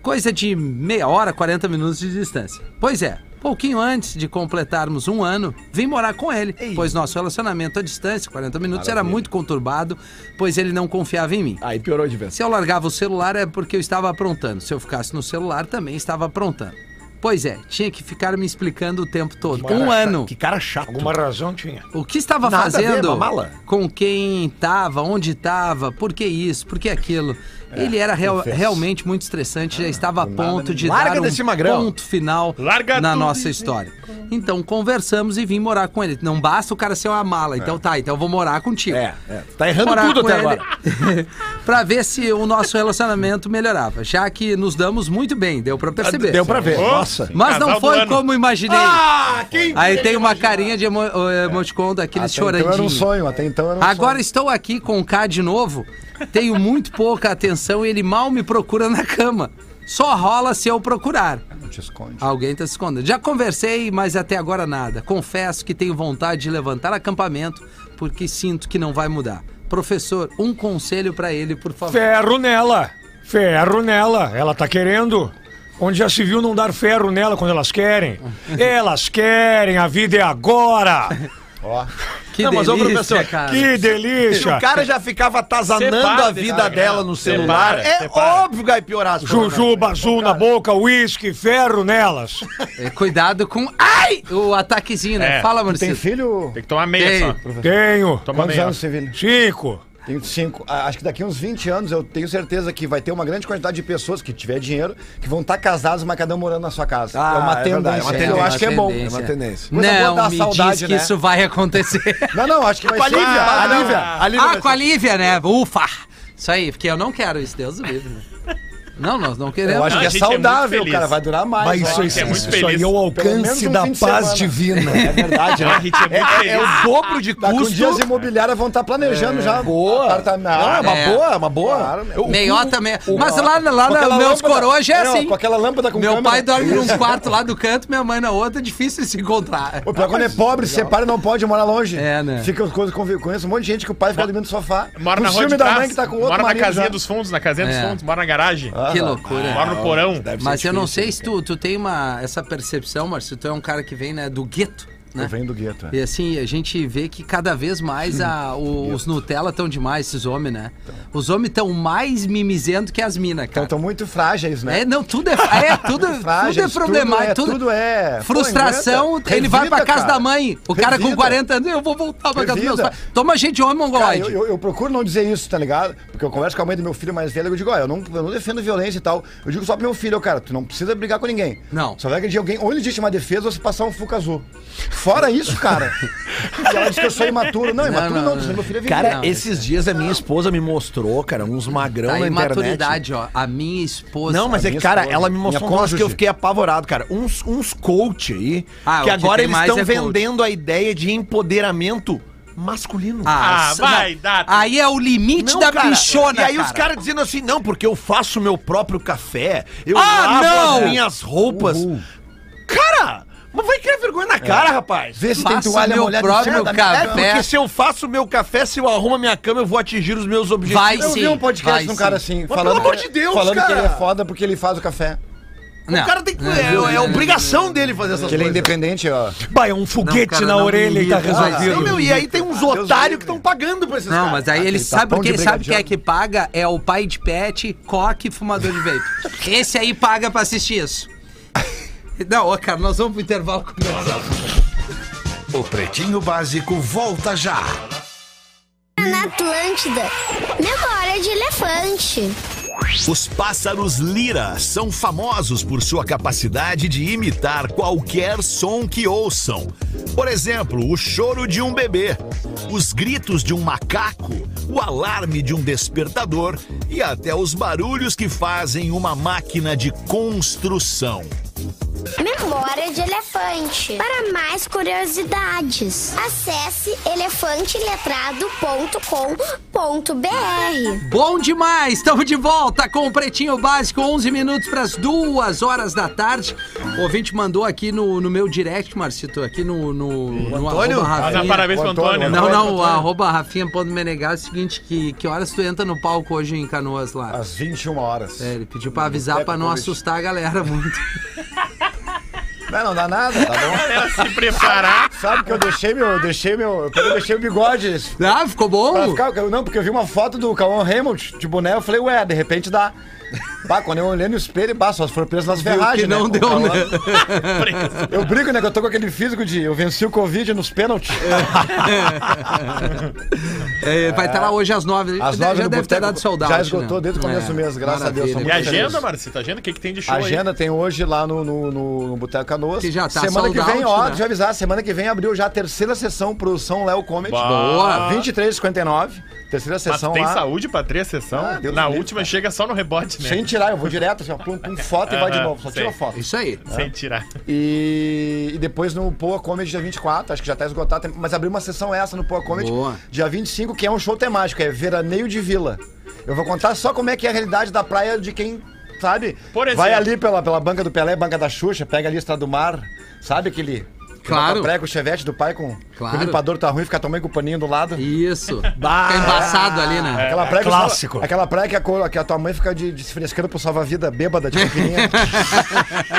[SPEAKER 1] Coisa de meia hora, 40 minutos de distância. Pois é, pouquinho antes de completarmos um ano, vim morar com ele, pois nosso relacionamento à distância, 40 minutos, era muito conturbado, pois ele não confiava em mim.
[SPEAKER 3] Aí piorou de vez.
[SPEAKER 1] Se eu largava o celular é porque eu estava aprontando. Se eu ficasse no celular, também estava aprontando. Pois é, tinha que ficar me explicando o tempo todo. Um ano.
[SPEAKER 3] Que cara chato.
[SPEAKER 2] Alguma razão tinha.
[SPEAKER 1] O que estava
[SPEAKER 3] Nada a ver,
[SPEAKER 1] fazendo?
[SPEAKER 3] uma mala.
[SPEAKER 1] Com quem estava, onde estava, por que isso, por que aquilo.
[SPEAKER 3] É,
[SPEAKER 1] Ele era real- realmente muito estressante, já estava a ponto de
[SPEAKER 3] Larga
[SPEAKER 1] dar
[SPEAKER 3] desse
[SPEAKER 1] um
[SPEAKER 3] magrão.
[SPEAKER 1] ponto final
[SPEAKER 4] Larga
[SPEAKER 1] na
[SPEAKER 4] tudo
[SPEAKER 1] nossa
[SPEAKER 4] e-
[SPEAKER 1] história. Então conversamos e vim morar com ele. Não basta o cara ser uma mala, então tá, então eu vou morar contigo
[SPEAKER 3] É, é. Tá errando
[SPEAKER 1] morar
[SPEAKER 3] tudo
[SPEAKER 1] com
[SPEAKER 3] até
[SPEAKER 1] ele
[SPEAKER 3] agora.
[SPEAKER 1] pra ver se o nosso relacionamento melhorava, já que nos damos muito bem, deu pra perceber.
[SPEAKER 3] Deu pra ver.
[SPEAKER 4] Ô,
[SPEAKER 3] Nossa.
[SPEAKER 1] Mas não
[SPEAKER 4] Casal do
[SPEAKER 1] foi
[SPEAKER 4] ano.
[SPEAKER 1] como imaginei.
[SPEAKER 3] Ah, quem
[SPEAKER 1] Aí tem uma carinha de emo eh, emoticon daqueles
[SPEAKER 5] Até então era um
[SPEAKER 1] chorandinhos.
[SPEAKER 5] sonho, até então era um
[SPEAKER 1] Agora
[SPEAKER 5] sonho.
[SPEAKER 1] estou aqui com o K de novo. Tenho muito pouca atenção e ele mal me procura na cama. Só rola se eu procurar.
[SPEAKER 5] Não te esconde.
[SPEAKER 1] Alguém tá se escondendo. Já conversei, mas até agora nada. Confesso que tenho vontade de levantar acampamento, porque sinto que não vai mudar. Professor, um conselho pra ele, por favor.
[SPEAKER 2] Ferro nela. Ferro nela. Ela tá querendo. Onde já se viu não dar ferro nela quando elas querem. Elas querem, a vida é agora.
[SPEAKER 1] Que
[SPEAKER 3] Não, mas, ô,
[SPEAKER 1] delícia,
[SPEAKER 3] professor,
[SPEAKER 1] cara.
[SPEAKER 2] Que
[SPEAKER 3] Se o
[SPEAKER 2] delícia.
[SPEAKER 3] cara já ficava atazanando
[SPEAKER 4] Separa
[SPEAKER 3] a
[SPEAKER 4] desse
[SPEAKER 3] vida
[SPEAKER 4] cara,
[SPEAKER 3] dela
[SPEAKER 4] né?
[SPEAKER 3] no celular,
[SPEAKER 4] Separa,
[SPEAKER 3] é
[SPEAKER 4] separa.
[SPEAKER 3] óbvio que vai piorar as coisas, né?
[SPEAKER 2] Jujuba azul na boca, uísque, ferro nelas.
[SPEAKER 1] É, cuidado com... Ai! O ataquezinho, né?
[SPEAKER 4] É,
[SPEAKER 1] Fala,
[SPEAKER 5] Tem
[SPEAKER 1] Marcelo.
[SPEAKER 5] filho?
[SPEAKER 4] Tem que tomar meia
[SPEAKER 1] Tem.
[SPEAKER 4] só.
[SPEAKER 2] Tenho.
[SPEAKER 4] Toma
[SPEAKER 5] Quantos
[SPEAKER 4] meia.
[SPEAKER 5] anos você vive?
[SPEAKER 2] Cinco.
[SPEAKER 5] Tenho cinco. Ah, Acho que daqui uns 20 anos eu tenho certeza que vai ter uma grande quantidade de pessoas que tiver dinheiro que vão estar casadas, mas cada um morando na sua casa.
[SPEAKER 3] Ah,
[SPEAKER 5] é uma
[SPEAKER 3] é verdade,
[SPEAKER 5] tendência.
[SPEAKER 3] é uma
[SPEAKER 5] eu acho que é bom.
[SPEAKER 3] É uma tendência.
[SPEAKER 5] Coisa boa
[SPEAKER 1] Não,
[SPEAKER 5] dar
[SPEAKER 1] me
[SPEAKER 5] saudade,
[SPEAKER 1] diz que
[SPEAKER 5] né?
[SPEAKER 1] isso vai acontecer.
[SPEAKER 5] Não, não, acho que vai
[SPEAKER 3] Com a
[SPEAKER 5] ser.
[SPEAKER 3] Lívia,
[SPEAKER 5] Ah,
[SPEAKER 3] a
[SPEAKER 5] não.
[SPEAKER 3] Lívia, a Lívia
[SPEAKER 1] Ah,
[SPEAKER 3] vai
[SPEAKER 1] com a
[SPEAKER 3] ser-
[SPEAKER 1] Lívia, né? Ufa! Isso aí, porque eu não quero isso, Deus do livre. né? Não, nós não queremos.
[SPEAKER 5] Eu acho
[SPEAKER 4] Não,
[SPEAKER 5] que
[SPEAKER 4] a
[SPEAKER 5] é
[SPEAKER 4] gente é muito
[SPEAKER 5] saudável,
[SPEAKER 4] feliz.
[SPEAKER 5] cara. Vai durar mais.
[SPEAKER 2] Mas
[SPEAKER 5] eu
[SPEAKER 2] isso,
[SPEAKER 5] acho.
[SPEAKER 2] isso,
[SPEAKER 4] é muito
[SPEAKER 2] isso
[SPEAKER 4] feliz.
[SPEAKER 2] aí é o alcance
[SPEAKER 5] Pelo menos um
[SPEAKER 2] da
[SPEAKER 5] fim de
[SPEAKER 2] paz
[SPEAKER 5] semana.
[SPEAKER 2] divina.
[SPEAKER 5] É verdade,
[SPEAKER 4] A
[SPEAKER 5] né?
[SPEAKER 4] gente é muito
[SPEAKER 3] É
[SPEAKER 4] feliz.
[SPEAKER 3] o dobro de
[SPEAKER 5] Daqui uns Tá dias
[SPEAKER 3] custo.
[SPEAKER 5] a imobiliária vão estar planejando já.
[SPEAKER 3] Boa.
[SPEAKER 5] apartamento.
[SPEAKER 3] Ah, é uma
[SPEAKER 1] É.
[SPEAKER 3] boa, é uma boa.
[SPEAKER 5] Claro, meu.
[SPEAKER 3] Eu-
[SPEAKER 1] Meiota, meia. Mas lá,
[SPEAKER 5] Com
[SPEAKER 1] lá
[SPEAKER 5] aquela
[SPEAKER 1] na meus
[SPEAKER 5] lâmpada-
[SPEAKER 1] coroas é
[SPEAKER 5] Não,
[SPEAKER 1] assim.
[SPEAKER 5] Com aquela lâmpada com
[SPEAKER 1] Meu
[SPEAKER 5] câmera.
[SPEAKER 1] pai dorme num quarto lá do canto, minha mãe na outra, é difícil se encontrar.
[SPEAKER 5] O
[SPEAKER 4] Ah,
[SPEAKER 5] pior quando é pobre, separa e não pode morar longe.
[SPEAKER 1] É, né?
[SPEAKER 5] Fica, coisa- convi- conheço um monte de gente que o pai fica dormindo no sofá.
[SPEAKER 4] Mora na
[SPEAKER 5] No
[SPEAKER 4] rua
[SPEAKER 5] filme
[SPEAKER 4] de
[SPEAKER 5] da
[SPEAKER 4] trás.
[SPEAKER 5] mãe que tá com outro
[SPEAKER 4] mora na
[SPEAKER 5] marido
[SPEAKER 4] casinha
[SPEAKER 5] já.
[SPEAKER 4] dos fundos, na casinha dos
[SPEAKER 1] É.
[SPEAKER 4] fundos, mora na garagem.
[SPEAKER 1] Que
[SPEAKER 5] ah,
[SPEAKER 1] loucura.
[SPEAKER 4] Mora no porão.
[SPEAKER 1] Mas eu não sei se tu, tu tem uma, essa percepção, Marcio, tu é um cara que vem né, do gueto, né?
[SPEAKER 5] Eu venho do gueto, é.
[SPEAKER 1] E assim, a gente vê que cada vez mais a- o- os Nutella estão demais, esses homens, né?
[SPEAKER 5] Tá.
[SPEAKER 1] Os homens estão mais mimizento que as minas,
[SPEAKER 5] Então
[SPEAKER 1] cara.
[SPEAKER 5] estão muito frágeis, né?
[SPEAKER 1] É, não, tudo é, é tudo,
[SPEAKER 5] Frágeis,
[SPEAKER 1] tudo é problemático.
[SPEAKER 5] tudo é- tudo é- Pô,
[SPEAKER 1] Frustração,
[SPEAKER 5] aguenta.
[SPEAKER 1] ele vai pra
[SPEAKER 5] Revida,
[SPEAKER 1] casa
[SPEAKER 5] cara.
[SPEAKER 1] da mãe. O cara com
[SPEAKER 5] Revida.
[SPEAKER 1] 40 anos, eu vou voltar pra casa dos meus
[SPEAKER 5] Revida.
[SPEAKER 1] pais. Toma gente homem
[SPEAKER 5] Cara,
[SPEAKER 1] mongoloide.
[SPEAKER 5] eu, eu- eu procuro não dizer isso, tá ligado? Porque eu converso com a mãe do meu filho mais velho, eu digo, ó, eu não, eu não defendo violência e tal. Eu digo só pro meu filho, ó, cara, tu não precisa brigar com ninguém.
[SPEAKER 1] Não.
[SPEAKER 5] Só vai agredir alguém, ou ele existe uma defesa ou se passar um fuca azul. Fora isso, cara. e ela diz que eu sou imaturo. Não, imaturo
[SPEAKER 1] não,
[SPEAKER 5] não,
[SPEAKER 1] não.
[SPEAKER 5] meu filho é vivido.
[SPEAKER 3] Cara,
[SPEAKER 1] Não,
[SPEAKER 3] esses dias a minha esposa me mostrou, cara, uns magrão
[SPEAKER 1] Tá
[SPEAKER 3] na
[SPEAKER 1] aí
[SPEAKER 3] internet.
[SPEAKER 1] maturidade, ó. A minha esposa.
[SPEAKER 3] Não, mas é que, cara, ela me mostrou
[SPEAKER 5] Minha
[SPEAKER 3] um negócio que eu
[SPEAKER 5] cônjuge.
[SPEAKER 3] fiquei apavorado, cara. Uns, uns coach aí,
[SPEAKER 1] Ah,
[SPEAKER 3] que
[SPEAKER 1] o que
[SPEAKER 3] agora
[SPEAKER 1] tem
[SPEAKER 3] eles
[SPEAKER 1] mais
[SPEAKER 3] estão
[SPEAKER 1] é coach.
[SPEAKER 3] vendendo a ideia de empoderamento masculino.
[SPEAKER 4] Ah,
[SPEAKER 1] s-
[SPEAKER 4] vai,
[SPEAKER 1] não.
[SPEAKER 4] dá.
[SPEAKER 1] Aí é o limite
[SPEAKER 3] Não,
[SPEAKER 1] da
[SPEAKER 3] cara.
[SPEAKER 1] bichona,
[SPEAKER 3] E aí
[SPEAKER 1] cara.
[SPEAKER 3] os caras dizendo assim, não, porque eu faço meu próprio café, eu
[SPEAKER 1] Ah,
[SPEAKER 3] lavo
[SPEAKER 1] não!
[SPEAKER 3] as minhas roupas. Cara, Mas vai criar vergonha
[SPEAKER 1] É.
[SPEAKER 3] na cara, rapaz.
[SPEAKER 5] Vê se tem
[SPEAKER 1] Faça
[SPEAKER 5] toalha
[SPEAKER 1] meu
[SPEAKER 5] molhada
[SPEAKER 1] próprio
[SPEAKER 5] enfiada na-
[SPEAKER 1] café.
[SPEAKER 5] É,
[SPEAKER 3] Porque se eu faço meu café, se eu arrumo a minha cama, eu vou atingir os meus objetivos.
[SPEAKER 1] Vai
[SPEAKER 5] Eu
[SPEAKER 1] sim.
[SPEAKER 5] vi um podcast
[SPEAKER 1] vai
[SPEAKER 5] de um cara
[SPEAKER 1] sim.
[SPEAKER 5] assim,
[SPEAKER 3] pelo
[SPEAKER 5] falando,
[SPEAKER 3] amor
[SPEAKER 5] que-
[SPEAKER 3] de Deus,
[SPEAKER 5] falando que
[SPEAKER 3] cara.
[SPEAKER 5] ele é foda porque ele faz o café.
[SPEAKER 1] Não.
[SPEAKER 3] O cara tem que.
[SPEAKER 1] Não,
[SPEAKER 3] é,
[SPEAKER 1] não,
[SPEAKER 3] é
[SPEAKER 1] não,
[SPEAKER 3] obrigação dele fazer essas
[SPEAKER 5] Que ele é
[SPEAKER 3] coisas.
[SPEAKER 5] independente, ó.
[SPEAKER 2] Bah, é um foguete
[SPEAKER 1] cara,
[SPEAKER 2] na
[SPEAKER 1] não,
[SPEAKER 2] orelha e tá
[SPEAKER 1] ninguém- Ah,
[SPEAKER 2] resolvido.
[SPEAKER 3] Não, meu, e aí tem uns otários que estão pagando pra esses
[SPEAKER 1] Não,
[SPEAKER 3] caras.
[SPEAKER 1] mas aí ele
[SPEAKER 5] aquele
[SPEAKER 1] sabe
[SPEAKER 5] tapão
[SPEAKER 1] porque
[SPEAKER 5] de
[SPEAKER 1] ele sabe quem é
[SPEAKER 5] brigadiano.
[SPEAKER 1] que paga é o pai de pet, coque e fumador de vape. Esse aí paga pra assistir isso. Não, ô, cara, nós vamos pro intervalo comercial.
[SPEAKER 6] O Pretinho Básico volta já.
[SPEAKER 7] Na Atlântida, memória de elefante.
[SPEAKER 6] Os pássaros lira são famosos por sua capacidade de imitar qualquer som que ouçam. Por exemplo, o choro de um bebê, os gritos de um macaco, o alarme de um despertador e até os barulhos que fazem uma máquina de construção.
[SPEAKER 7] Memória de elefante. Para mais curiosidades, acesse elefanteletrado.com.br.
[SPEAKER 1] Bom demais! Estamos de volta com o Pretinho Básico, 11 minutos para as 2 horas da tarde. O ouvinte mandou aqui no, no meu direct, Marcito, aqui no, no, no
[SPEAKER 3] Antônio?
[SPEAKER 1] arroba
[SPEAKER 5] Ah,
[SPEAKER 4] Mas
[SPEAKER 5] tá
[SPEAKER 4] dá
[SPEAKER 1] Rafinha.
[SPEAKER 4] parabéns pro Antônio.
[SPEAKER 1] Não, não, o arroba rafinha.menegal é o seguinte, que, que horas tu entra no palco hoje em Canoas lá?
[SPEAKER 5] Às 21 horas.
[SPEAKER 1] É, ele pediu pra avisar pra não assustar a galera muito.
[SPEAKER 5] Não, não dá nada, tá bom?
[SPEAKER 4] Galera, né, se preparar.
[SPEAKER 5] Sabe que eu deixei meu. Eu deixei meu. Eu deixei o bigode.
[SPEAKER 1] Ah, ficou
[SPEAKER 5] Pra
[SPEAKER 1] bom?
[SPEAKER 5] ficar, eu- não, porque eu vi uma foto do Cauã Hamilton de boné, eu falei, ué, de repente dá. Bah, quando eu olhei no espelho, bah, só foram presas nas ferragens.
[SPEAKER 1] que não
[SPEAKER 5] né? O
[SPEAKER 1] deu,
[SPEAKER 5] Cauã-
[SPEAKER 1] né?
[SPEAKER 4] preso.
[SPEAKER 5] Eu brinco, né? Que eu tô com aquele físico de eu venci o Covid nos pênaltis.
[SPEAKER 1] É, vai estar lá hoje às nove.
[SPEAKER 5] Às
[SPEAKER 1] já
[SPEAKER 5] nove
[SPEAKER 1] já
[SPEAKER 5] no
[SPEAKER 1] deve ter
[SPEAKER 5] boteco,
[SPEAKER 1] dado né? É, soldado.
[SPEAKER 5] já esgotou desde o começo do mês, graças a Deus, são
[SPEAKER 4] E a agenda, Marcito, a agenda, o que, que tem de show
[SPEAKER 5] A
[SPEAKER 4] aí?
[SPEAKER 5] agenda tem hoje lá no, no, no, no Boteco Canoas.
[SPEAKER 1] Que já tá
[SPEAKER 5] semana que
[SPEAKER 1] sold
[SPEAKER 5] vem,
[SPEAKER 1] out,
[SPEAKER 5] ó,
[SPEAKER 1] né?
[SPEAKER 5] deixa eu avisar, semana que vem abriu já a terceira sessão pro São Léo Comedy.
[SPEAKER 1] Boa.
[SPEAKER 5] 23,59. Terceira
[SPEAKER 4] Mas tu
[SPEAKER 5] sessão
[SPEAKER 4] tem
[SPEAKER 5] lá.
[SPEAKER 4] saúde pra três sessão?
[SPEAKER 5] Ah, Deus
[SPEAKER 4] Na
[SPEAKER 5] me livre,
[SPEAKER 4] última
[SPEAKER 5] cara.
[SPEAKER 4] chega só no rebote, né?
[SPEAKER 5] Sem tirar, eu vou direto, assim, ó, pum, pum, foto e vai de
[SPEAKER 4] Aham,
[SPEAKER 5] novo. Só tira
[SPEAKER 4] sei.
[SPEAKER 5] foto.
[SPEAKER 1] Isso aí.
[SPEAKER 4] Sem tirar.
[SPEAKER 5] E, e depois no Poa Comedy dia 24, acho que já tá esgotado, mas abriu uma sessão essa no Poa Comedy
[SPEAKER 1] Boa.
[SPEAKER 5] dia 25, que é um show temático, é Veraneio de Vila. Eu vou contar só como é que é a realidade da praia de quem, sabe?
[SPEAKER 4] Por exemplo.
[SPEAKER 5] Vai ali pela, pela banca do Pelé, banca da Xuxa, pega ali a Estrada do Mar, sabe aquele...
[SPEAKER 1] Claro.
[SPEAKER 5] Prega o chevette do pai com...
[SPEAKER 1] Claro.
[SPEAKER 5] O limpador tá ruim, fica tomando com o paninho do lado.
[SPEAKER 1] Isso. Fica embaçado ali, né?
[SPEAKER 5] Aquela praia, que-
[SPEAKER 2] clássico.
[SPEAKER 5] aquela praia que a, co- que a tua mãe fica de, de se frescando pro salva-vida bêbada de pequenininha.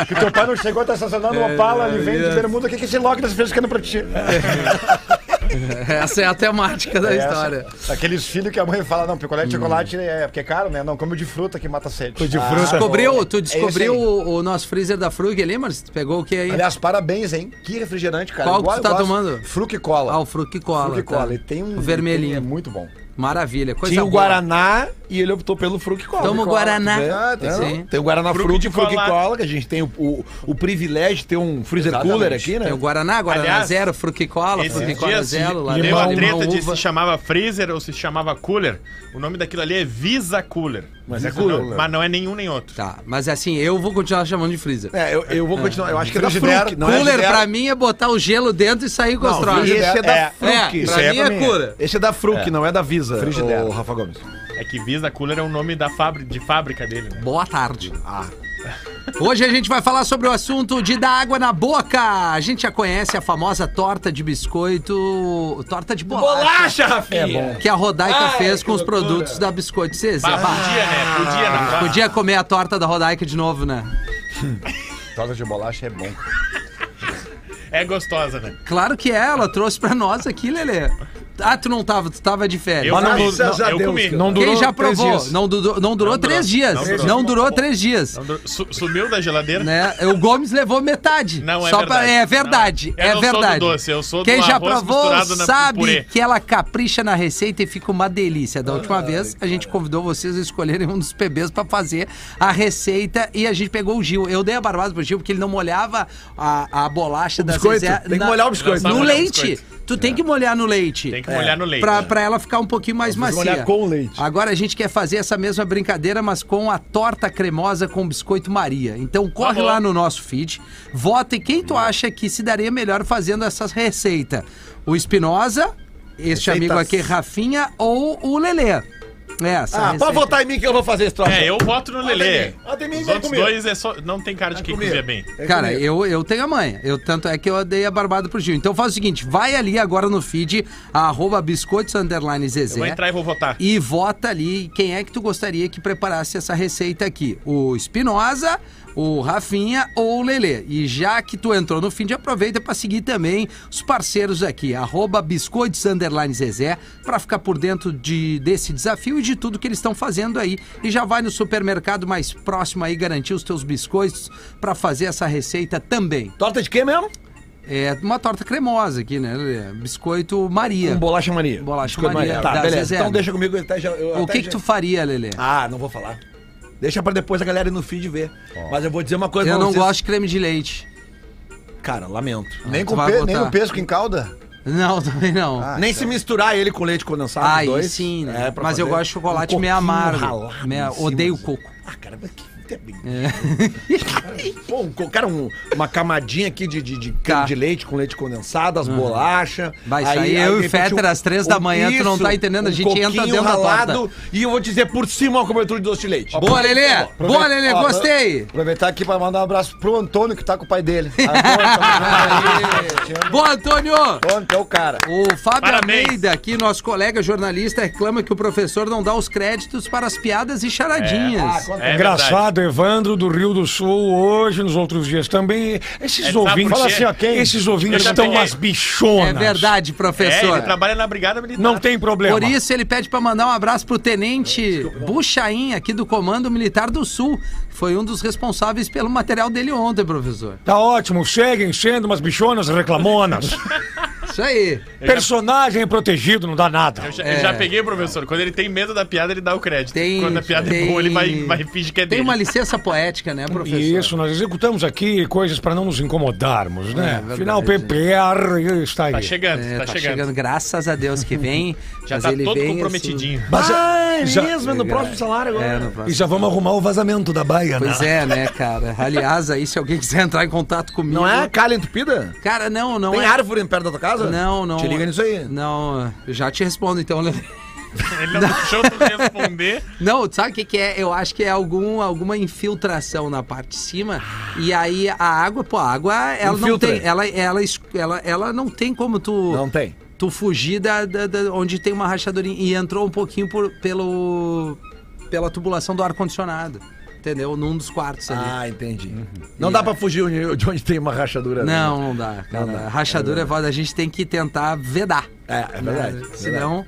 [SPEAKER 5] que teu pai não chegou, tá estacionando uma Opala,
[SPEAKER 1] É.
[SPEAKER 5] ele vem de bermuda. O que, que esse Loki tá se frescando pra ti?
[SPEAKER 1] Essa é a temática da história. Hum.
[SPEAKER 5] Essa- Aqueles filhos que a mãe fala, não, picolé de chocolate é porque é caro, né? Não, come o de fruta que mata a sede.
[SPEAKER 2] de
[SPEAKER 5] Ah,
[SPEAKER 2] fruta.
[SPEAKER 1] Descobriu,
[SPEAKER 5] É
[SPEAKER 1] tu
[SPEAKER 5] esse
[SPEAKER 1] descobriu
[SPEAKER 5] aí.
[SPEAKER 1] o, o nosso freezer da Frug ali, mas tu pegou o que aí?
[SPEAKER 5] Aliás, parabéns, hein? Que refrigerante, cara.
[SPEAKER 1] Qual que
[SPEAKER 5] Igual
[SPEAKER 1] tu
[SPEAKER 5] eu
[SPEAKER 1] tá
[SPEAKER 5] gosto.
[SPEAKER 1] tomando?
[SPEAKER 5] Fruque cola.
[SPEAKER 1] Ah, o Frug Cola.
[SPEAKER 5] Fruque
[SPEAKER 1] tá.
[SPEAKER 5] cola. E tem um...
[SPEAKER 1] O vermelhinho.
[SPEAKER 5] É muito bom.
[SPEAKER 1] Maravilha. Coisa
[SPEAKER 3] Tinha o
[SPEAKER 1] boa.
[SPEAKER 3] Guaraná e ele optou pelo Fruc Cola.
[SPEAKER 1] Toma o Guaraná.
[SPEAKER 5] Ah, tem-
[SPEAKER 1] Sim.
[SPEAKER 3] Tem o Guaraná
[SPEAKER 4] Fruc
[SPEAKER 3] Fruc e
[SPEAKER 4] de
[SPEAKER 3] Fruc
[SPEAKER 4] cola.
[SPEAKER 3] Cola, que a gente tem o, o, o privilégio de ter um freezer
[SPEAKER 5] Exatamente.
[SPEAKER 3] cooler aqui, né?
[SPEAKER 1] Tem um- o Guaraná, Guaraná
[SPEAKER 4] Aliás,
[SPEAKER 1] Zero, Fruque Cola,
[SPEAKER 4] Esses
[SPEAKER 1] Fruque Cola
[SPEAKER 4] dias
[SPEAKER 1] Zero,
[SPEAKER 4] deu a
[SPEAKER 1] laranja, limão,
[SPEAKER 4] treta de
[SPEAKER 1] né? uva.
[SPEAKER 4] se chamava freezer ou se chamava cooler. O nome daquilo ali é Visa Cooler. Mas é
[SPEAKER 3] cooler.
[SPEAKER 4] Não, mas não é nenhum nem outro.
[SPEAKER 1] Tá, mas assim, eu vou continuar chamando de freezer.
[SPEAKER 3] É, eu, eu vou continuar. Eu acho que é da
[SPEAKER 5] Frigideira.
[SPEAKER 3] Fruc, não é?
[SPEAKER 1] Cooler
[SPEAKER 3] Frigideira.
[SPEAKER 1] pra mim é botar o gelo dentro e sair com as
[SPEAKER 3] Não,
[SPEAKER 1] trocas.
[SPEAKER 3] e esse é da
[SPEAKER 5] É,
[SPEAKER 3] Fruc.
[SPEAKER 1] É, pra
[SPEAKER 5] aí é
[SPEAKER 1] mim
[SPEAKER 5] pra
[SPEAKER 1] é,
[SPEAKER 5] mim.
[SPEAKER 1] cura.
[SPEAKER 3] Esse é da Fruc, não é da Visa.
[SPEAKER 5] Frigideira.
[SPEAKER 3] ô, Rafa Gomes.
[SPEAKER 4] É que Visa Cooler é o nome da fábrica, de fábrica dele, né?
[SPEAKER 1] Boa tarde. Ah. Hoje a gente vai falar sobre o assunto de dar água na boca. A gente já conhece a famosa torta de biscoito, torta de bolacha,
[SPEAKER 3] Bolacha, Rafinha! É bom.
[SPEAKER 1] que a Rodaica
[SPEAKER 3] Ai,
[SPEAKER 1] fez com
[SPEAKER 3] que
[SPEAKER 1] os
[SPEAKER 3] loucura.
[SPEAKER 1] produtos da Biscoito Cezé.
[SPEAKER 4] Bah, podia, né? Podia, não. bah.
[SPEAKER 1] Podia comer a torta da Rodaica de novo, né?
[SPEAKER 5] Torta de bolacha é bom.
[SPEAKER 4] É gostosa, né?
[SPEAKER 1] Claro que é, ela trouxe pra nós aqui, Lelê. Ah, tu não tava, tu tava de férias.
[SPEAKER 4] Eu, comi,
[SPEAKER 3] graças
[SPEAKER 4] não,
[SPEAKER 3] a
[SPEAKER 4] eu
[SPEAKER 3] Deus,
[SPEAKER 4] comi.
[SPEAKER 3] cara.
[SPEAKER 2] Não durou
[SPEAKER 1] Quem já
[SPEAKER 2] três
[SPEAKER 1] provou?
[SPEAKER 2] dias.
[SPEAKER 1] Não, du- não durou
[SPEAKER 4] Não durou.
[SPEAKER 1] três dias.
[SPEAKER 4] Não durou.
[SPEAKER 1] Não durou três dias.
[SPEAKER 4] Não, su- Sumiu da geladeira?
[SPEAKER 1] Né? O Gomes levou metade.
[SPEAKER 4] Não, é
[SPEAKER 1] Só
[SPEAKER 4] verdade.
[SPEAKER 1] pra- É verdade.
[SPEAKER 4] Não, eu
[SPEAKER 1] é
[SPEAKER 4] não sou do
[SPEAKER 1] verdade.
[SPEAKER 4] doce, eu sou do
[SPEAKER 1] Quem já
[SPEAKER 4] arroz
[SPEAKER 1] provou
[SPEAKER 4] misturado na-
[SPEAKER 1] sabe
[SPEAKER 4] purê.
[SPEAKER 1] que ela capricha na receita e fica uma delícia. Da
[SPEAKER 3] Ah,
[SPEAKER 1] última vez, a gente convidou vocês a escolherem um dos PBs pra fazer a receita e a gente pegou o Gil. Eu dei a barbada pro Gil porque ele não molhava a, a bolacha da
[SPEAKER 3] biscoito.
[SPEAKER 1] Zezé
[SPEAKER 3] Tem que molhar o biscoito.
[SPEAKER 4] Não
[SPEAKER 1] No
[SPEAKER 4] molhar o
[SPEAKER 1] leite.
[SPEAKER 4] biscoito. É.
[SPEAKER 1] Tu tem que molhar no leite. É.
[SPEAKER 4] Tem que molhar no leite. né?
[SPEAKER 1] Pra, pra ela ficar um pouquinho mais macia.
[SPEAKER 3] molhar com leite.
[SPEAKER 1] Agora a gente quer fazer essa mesma brincadeira, mas com a torta cremosa com biscoito Maria. Então corre
[SPEAKER 4] Vamos.
[SPEAKER 1] lá no nosso feed, vota em quem tu acha que se daria melhor fazendo essa receita. O Espinosa, este amigo aqui, Rafinha, ou o Lelê. É, essa
[SPEAKER 3] Ah,
[SPEAKER 1] receita-
[SPEAKER 3] pode votar em mim que eu vou fazer esse troço.
[SPEAKER 4] É, eu voto no Lelê.
[SPEAKER 3] Vota em mim,
[SPEAKER 4] Os
[SPEAKER 3] vem
[SPEAKER 4] outros
[SPEAKER 3] comigo.
[SPEAKER 4] dois é só, não tem cara de quem cozinha bem.
[SPEAKER 3] É
[SPEAKER 1] Cara,
[SPEAKER 5] É
[SPEAKER 1] eu, eu tenho a manha. Eu, tanto é que eu dei a barbada pro Gil. Então faz o seguinte, vai ali agora no feed, arroba biscoitos underline Zezé.
[SPEAKER 4] Eu vou entrar e vou votar.
[SPEAKER 1] é?
[SPEAKER 4] É
[SPEAKER 1] E vota ali quem é que tu gostaria que preparasse essa receita aqui. O Espinosa, o Rafinha ou o Lelê. E já que tu entrou no feed, aproveita pra seguir também os parceiros aqui, arroba biscoitos underline Zezé, pra ficar por dentro de, desse desafio e de tudo que eles estão fazendo aí. E já vai no supermercado mais próximo aí garantir os teus biscoitos pra fazer essa receita também.
[SPEAKER 3] Torta de quê mesmo?
[SPEAKER 1] É uma torta cremosa aqui, né? Lelê? Biscoito Maria.
[SPEAKER 3] Um bolacha mania.
[SPEAKER 1] É. Bolacha
[SPEAKER 3] Biscoito
[SPEAKER 1] Maria,
[SPEAKER 3] Tá,
[SPEAKER 1] da
[SPEAKER 3] beleza.
[SPEAKER 1] Zezé.
[SPEAKER 3] Então deixa comigo. Até já, eu
[SPEAKER 1] o
[SPEAKER 3] até
[SPEAKER 1] que, que
[SPEAKER 3] já-
[SPEAKER 1] tu faria, Lelê?
[SPEAKER 3] Ah, não vou falar. Deixa pra depois a galera ir no feed ver. Mas eu vou dizer uma coisa
[SPEAKER 1] Eu
[SPEAKER 3] pra
[SPEAKER 1] não
[SPEAKER 3] vocês.
[SPEAKER 1] gosto de creme de leite.
[SPEAKER 3] Cara, lamento.
[SPEAKER 8] Nem,
[SPEAKER 1] tu
[SPEAKER 8] com
[SPEAKER 1] vai
[SPEAKER 8] pe- nem
[SPEAKER 1] botar.
[SPEAKER 8] no pesco em calda?
[SPEAKER 1] Não, também não. Ah,
[SPEAKER 3] Nem se misturar ele com leite condensado. os
[SPEAKER 1] Aí
[SPEAKER 3] dois.
[SPEAKER 1] sim, né?
[SPEAKER 3] É, pra
[SPEAKER 1] Mas eu
[SPEAKER 3] fazer
[SPEAKER 1] gosto de chocolate
[SPEAKER 3] um
[SPEAKER 1] meio
[SPEAKER 3] coquinho
[SPEAKER 1] amargo.
[SPEAKER 3] ralado
[SPEAKER 1] Meio-
[SPEAKER 3] em cima,
[SPEAKER 1] Odeio
[SPEAKER 3] assim.
[SPEAKER 1] coco. É.
[SPEAKER 3] Ah, cara, mas que é bem- Pô, um co- cara, um- uma camadinha aqui de, de, de creme
[SPEAKER 1] Tá.
[SPEAKER 3] de leite com leite condensado, as bolachas.
[SPEAKER 1] Vai sair eu e
[SPEAKER 3] de repente, um
[SPEAKER 1] Fetter às três da manhã, tu não tá entendendo, a gente entra
[SPEAKER 3] coquinho
[SPEAKER 1] dentro da torta.
[SPEAKER 3] E eu vou dizer por cima uma cobertura de doce de leite.
[SPEAKER 1] Boa, Lelê! Boa, Lelê!
[SPEAKER 8] Ó,
[SPEAKER 1] Gostei!
[SPEAKER 8] Aproveitar aqui pra mandar um abraço pro Antônio, que tá com o pai dele. Antônio,
[SPEAKER 1] Boa, Antônio!
[SPEAKER 8] que é o cara.
[SPEAKER 1] O Fábio
[SPEAKER 4] Parabéns.
[SPEAKER 1] Almeida, aqui, nosso colega jornalista, reclama que o professor não dá os créditos para as piadas e charadinhas.
[SPEAKER 4] É
[SPEAKER 2] Engraçado, Evandro do Rio do Sul, hoje, nos outros dias também. Esses
[SPEAKER 4] É, sabe
[SPEAKER 2] ouvintes. assim,
[SPEAKER 4] por quê?
[SPEAKER 2] ó, quem? Esses ouvintes
[SPEAKER 4] Eu já
[SPEAKER 2] estão
[SPEAKER 4] peguei.
[SPEAKER 2] as bichonas.
[SPEAKER 1] é verdade,
[SPEAKER 4] É,
[SPEAKER 1] professor.
[SPEAKER 4] ele trabalha na Brigada Militar.
[SPEAKER 2] Não tem problema.
[SPEAKER 1] Por isso, ele pede pra mandar um abraço pro
[SPEAKER 4] É,
[SPEAKER 1] Tenente Buchaim, aqui do Comando Militar do Sul. que Foi um dos responsáveis pelo material dele ontem, professor.
[SPEAKER 2] Tá ótimo, seguem sendo umas bichonas reclamonas.
[SPEAKER 1] Isso aí.
[SPEAKER 2] Personagem protegido, não dá nada.
[SPEAKER 4] Eu já,
[SPEAKER 1] É.
[SPEAKER 4] eu já peguei, professor. Quando ele tem medo da piada, ele dá o crédito.
[SPEAKER 1] Tem,
[SPEAKER 4] Quando a piada é
[SPEAKER 1] tem-
[SPEAKER 4] boa, ele vai, vai fingir que é
[SPEAKER 1] Tem
[SPEAKER 4] dele.
[SPEAKER 1] uma licença poética, né, professor?
[SPEAKER 2] Isso, nós executamos aqui coisas para não nos incomodarmos, né?
[SPEAKER 1] É verdade,
[SPEAKER 2] Final PPR está aí.
[SPEAKER 4] Tá chegando,
[SPEAKER 1] É,
[SPEAKER 4] tá, chegando.
[SPEAKER 1] graças a Deus que vem.
[SPEAKER 4] Já
[SPEAKER 1] mas
[SPEAKER 4] tá
[SPEAKER 1] ele
[SPEAKER 4] todo
[SPEAKER 1] vem,
[SPEAKER 4] comprometidinho.
[SPEAKER 2] Mas
[SPEAKER 3] Ah, é
[SPEAKER 2] já-
[SPEAKER 3] mesmo, é no próximo salário
[SPEAKER 1] assim,
[SPEAKER 3] agora.
[SPEAKER 1] é, no próximo.
[SPEAKER 2] E já vamos arrumar o vazamento da baia,
[SPEAKER 1] Pois
[SPEAKER 2] né?
[SPEAKER 1] é, né, cara? Aliás, aí se alguém quiser entrar em contato comigo.
[SPEAKER 3] Não é calha entupida?
[SPEAKER 1] Cara, não, não
[SPEAKER 3] Tem
[SPEAKER 1] é.
[SPEAKER 3] árvore perto da tua casa?
[SPEAKER 1] Não, não.
[SPEAKER 3] Te liga nisso aí.
[SPEAKER 1] Não, eu já te respondo então, Leandro.
[SPEAKER 4] Ele não deixou tu responder.
[SPEAKER 1] Não, sabe o que, que é? Eu acho que é algum, alguma infiltração na parte de cima. E aí a água, pô, a água, ela
[SPEAKER 3] Infiltra.
[SPEAKER 1] não tem. Ela, ela, es- ela, ela não tem como tu,
[SPEAKER 3] Não tem.
[SPEAKER 1] tu fugir da, da- da- onde tem uma rachadurinha. E entrou um pouquinho por, pelo, pela tubulação do ar-condicionado. Entendeu? Num dos quartos ali.
[SPEAKER 3] Ah, entendi. Não dá pra fugir onde- de onde tem uma rachadura. né?
[SPEAKER 1] Uhum. não, não dá. Cara.
[SPEAKER 3] dá.
[SPEAKER 1] Rachadura é foda. A gente tem que tentar vedar.
[SPEAKER 3] É, é verdade.
[SPEAKER 1] né?
[SPEAKER 3] é verdade.
[SPEAKER 1] Senão.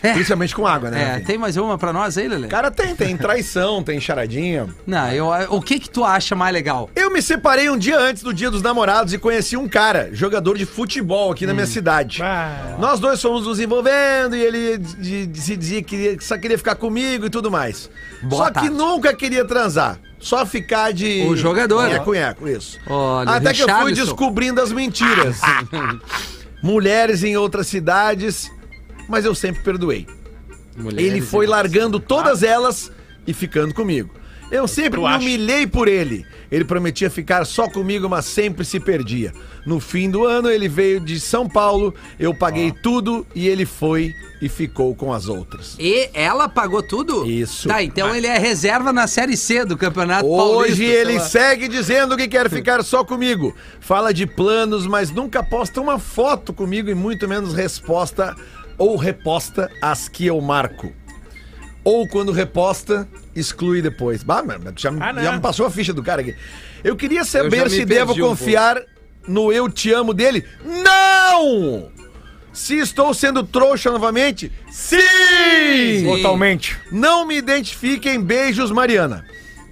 [SPEAKER 3] Principalmente com água, né?
[SPEAKER 1] É,
[SPEAKER 3] Rafinha?
[SPEAKER 1] tem mais uma pra nós aí, Lelê?
[SPEAKER 3] Cara, tem, tem traição, tem charadinha.
[SPEAKER 1] Não, eu, o que que tu acha mais legal?
[SPEAKER 3] Eu me separei um dia antes do Dia dos Namorados e conheci um cara, jogador de futebol aqui na
[SPEAKER 4] Hum.
[SPEAKER 3] minha
[SPEAKER 1] é.
[SPEAKER 3] cidade.
[SPEAKER 4] Ah.
[SPEAKER 2] Ah,
[SPEAKER 3] Nós dois fomos nos envolvendo e ele de- de- se dizia que só queria ficar comigo e tudo mais.
[SPEAKER 1] Boa
[SPEAKER 3] só
[SPEAKER 1] tarde.
[SPEAKER 3] que nunca queria transar. Só ficar de.
[SPEAKER 1] O jogador.
[SPEAKER 3] Cunhaco, isso.
[SPEAKER 1] Olha,
[SPEAKER 3] Até que eu fui
[SPEAKER 1] Richarlison.
[SPEAKER 3] descobrindo as mentiras. Mulheres em outras cidades, mas eu sempre perdoei. Ele foi largando todas elas e ficando comigo. Eu sempre
[SPEAKER 4] Tu
[SPEAKER 3] me
[SPEAKER 4] acha?
[SPEAKER 3] humilhei por ele. Ele prometia ficar só comigo, mas sempre se perdia. No fim do ano, ele veio de São Paulo, eu paguei tudo e ele foi e ficou com as outras.
[SPEAKER 1] E ela pagou tudo?
[SPEAKER 3] Isso.
[SPEAKER 1] Tá, então ele é reserva na Série C do Campeonato Paulista.
[SPEAKER 3] Hoje ele
[SPEAKER 1] sei lá.
[SPEAKER 3] segue dizendo que quer ficar só comigo. Fala de planos, mas nunca posta uma foto comigo e muito menos resposta ou reposta às que eu marco. Ou quando reposta, exclui depois. Bah, mas já, me-
[SPEAKER 4] Ah, não.
[SPEAKER 1] né?
[SPEAKER 3] já me passou a ficha do cara aqui. Eu queria
[SPEAKER 1] já
[SPEAKER 3] saber
[SPEAKER 1] me
[SPEAKER 3] se devo
[SPEAKER 1] perdi um
[SPEAKER 3] confiar no eu te amo dele. Não! Se estou sendo trouxa novamente? Sim!
[SPEAKER 2] Totalmente.
[SPEAKER 3] Não me identifiquem, beijos, Mariana.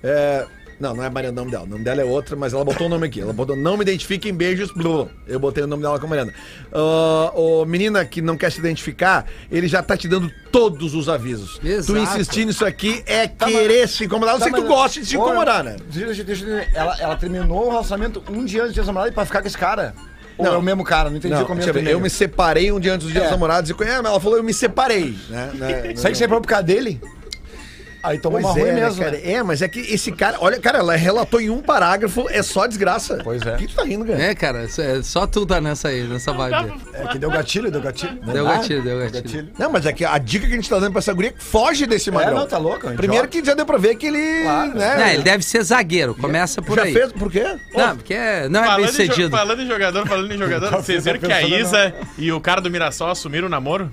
[SPEAKER 3] É, Não, não é Mariana o nome dela. O nome dela é outra, mas ela botou o nome aqui. Ela botou não me identifiquem, beijos, blá. Eu botei o nome dela com Mariana. Ah, Ô, menina que não quer se identificar, ele já tá te dando todos os avisos.
[SPEAKER 1] Exato.
[SPEAKER 3] Tu insistir nisso aqui é querer se incomodar.
[SPEAKER 5] tá,
[SPEAKER 3] Eu sei que tu gosta de se incomodar, né?
[SPEAKER 8] Tá, Deixa, deixa, deixa, ela, ela terminou o relacionamento um dia antes de namorar e pra ficar com esse cara. Ou
[SPEAKER 3] Não.
[SPEAKER 8] é o mesmo cara, não entendi o
[SPEAKER 3] Não, deixa eu,
[SPEAKER 8] comentário.
[SPEAKER 3] ver, eu me separei um dia antes do dia
[SPEAKER 8] É.
[SPEAKER 3] dos namorados e é, mas ela falou, eu me separei, né? né?
[SPEAKER 8] Será que você é pra ficar dele?
[SPEAKER 5] Aí tomou
[SPEAKER 3] Pois
[SPEAKER 5] uma ruim
[SPEAKER 3] é, né,
[SPEAKER 5] mesmo.
[SPEAKER 3] cara?
[SPEAKER 5] né?
[SPEAKER 3] É, mas é que esse cara, olha, cara, ela relatou em um parágrafo, é só desgraça. Pois é. que tu tá rindo, cara?
[SPEAKER 1] É, cara, isso é- só tu tá nessa aí, nessa vibe. aí.
[SPEAKER 5] É que deu gatilho, deu gatilho.
[SPEAKER 1] Deu
[SPEAKER 5] Ah,
[SPEAKER 1] gatilho, deu gatilho.
[SPEAKER 3] Não, mas é que a dica que a gente tá dando pra essa guria é que foge desse magrão.
[SPEAKER 5] não, tá louco, é um
[SPEAKER 3] Primeiro
[SPEAKER 5] idiota.
[SPEAKER 3] que já deu pra ver que ele. Né,
[SPEAKER 1] Não, ele deve ser zagueiro, começa por
[SPEAKER 3] já
[SPEAKER 1] aí.
[SPEAKER 3] fez. Por quê?
[SPEAKER 1] Não, porque é- não é bem
[SPEAKER 4] Falando em, jo-
[SPEAKER 1] cedido. Tá
[SPEAKER 4] falando em jogador, falando em jogador, vocês viram que a Isa
[SPEAKER 1] né?
[SPEAKER 4] e o cara do Mirassol assumiram o namoro?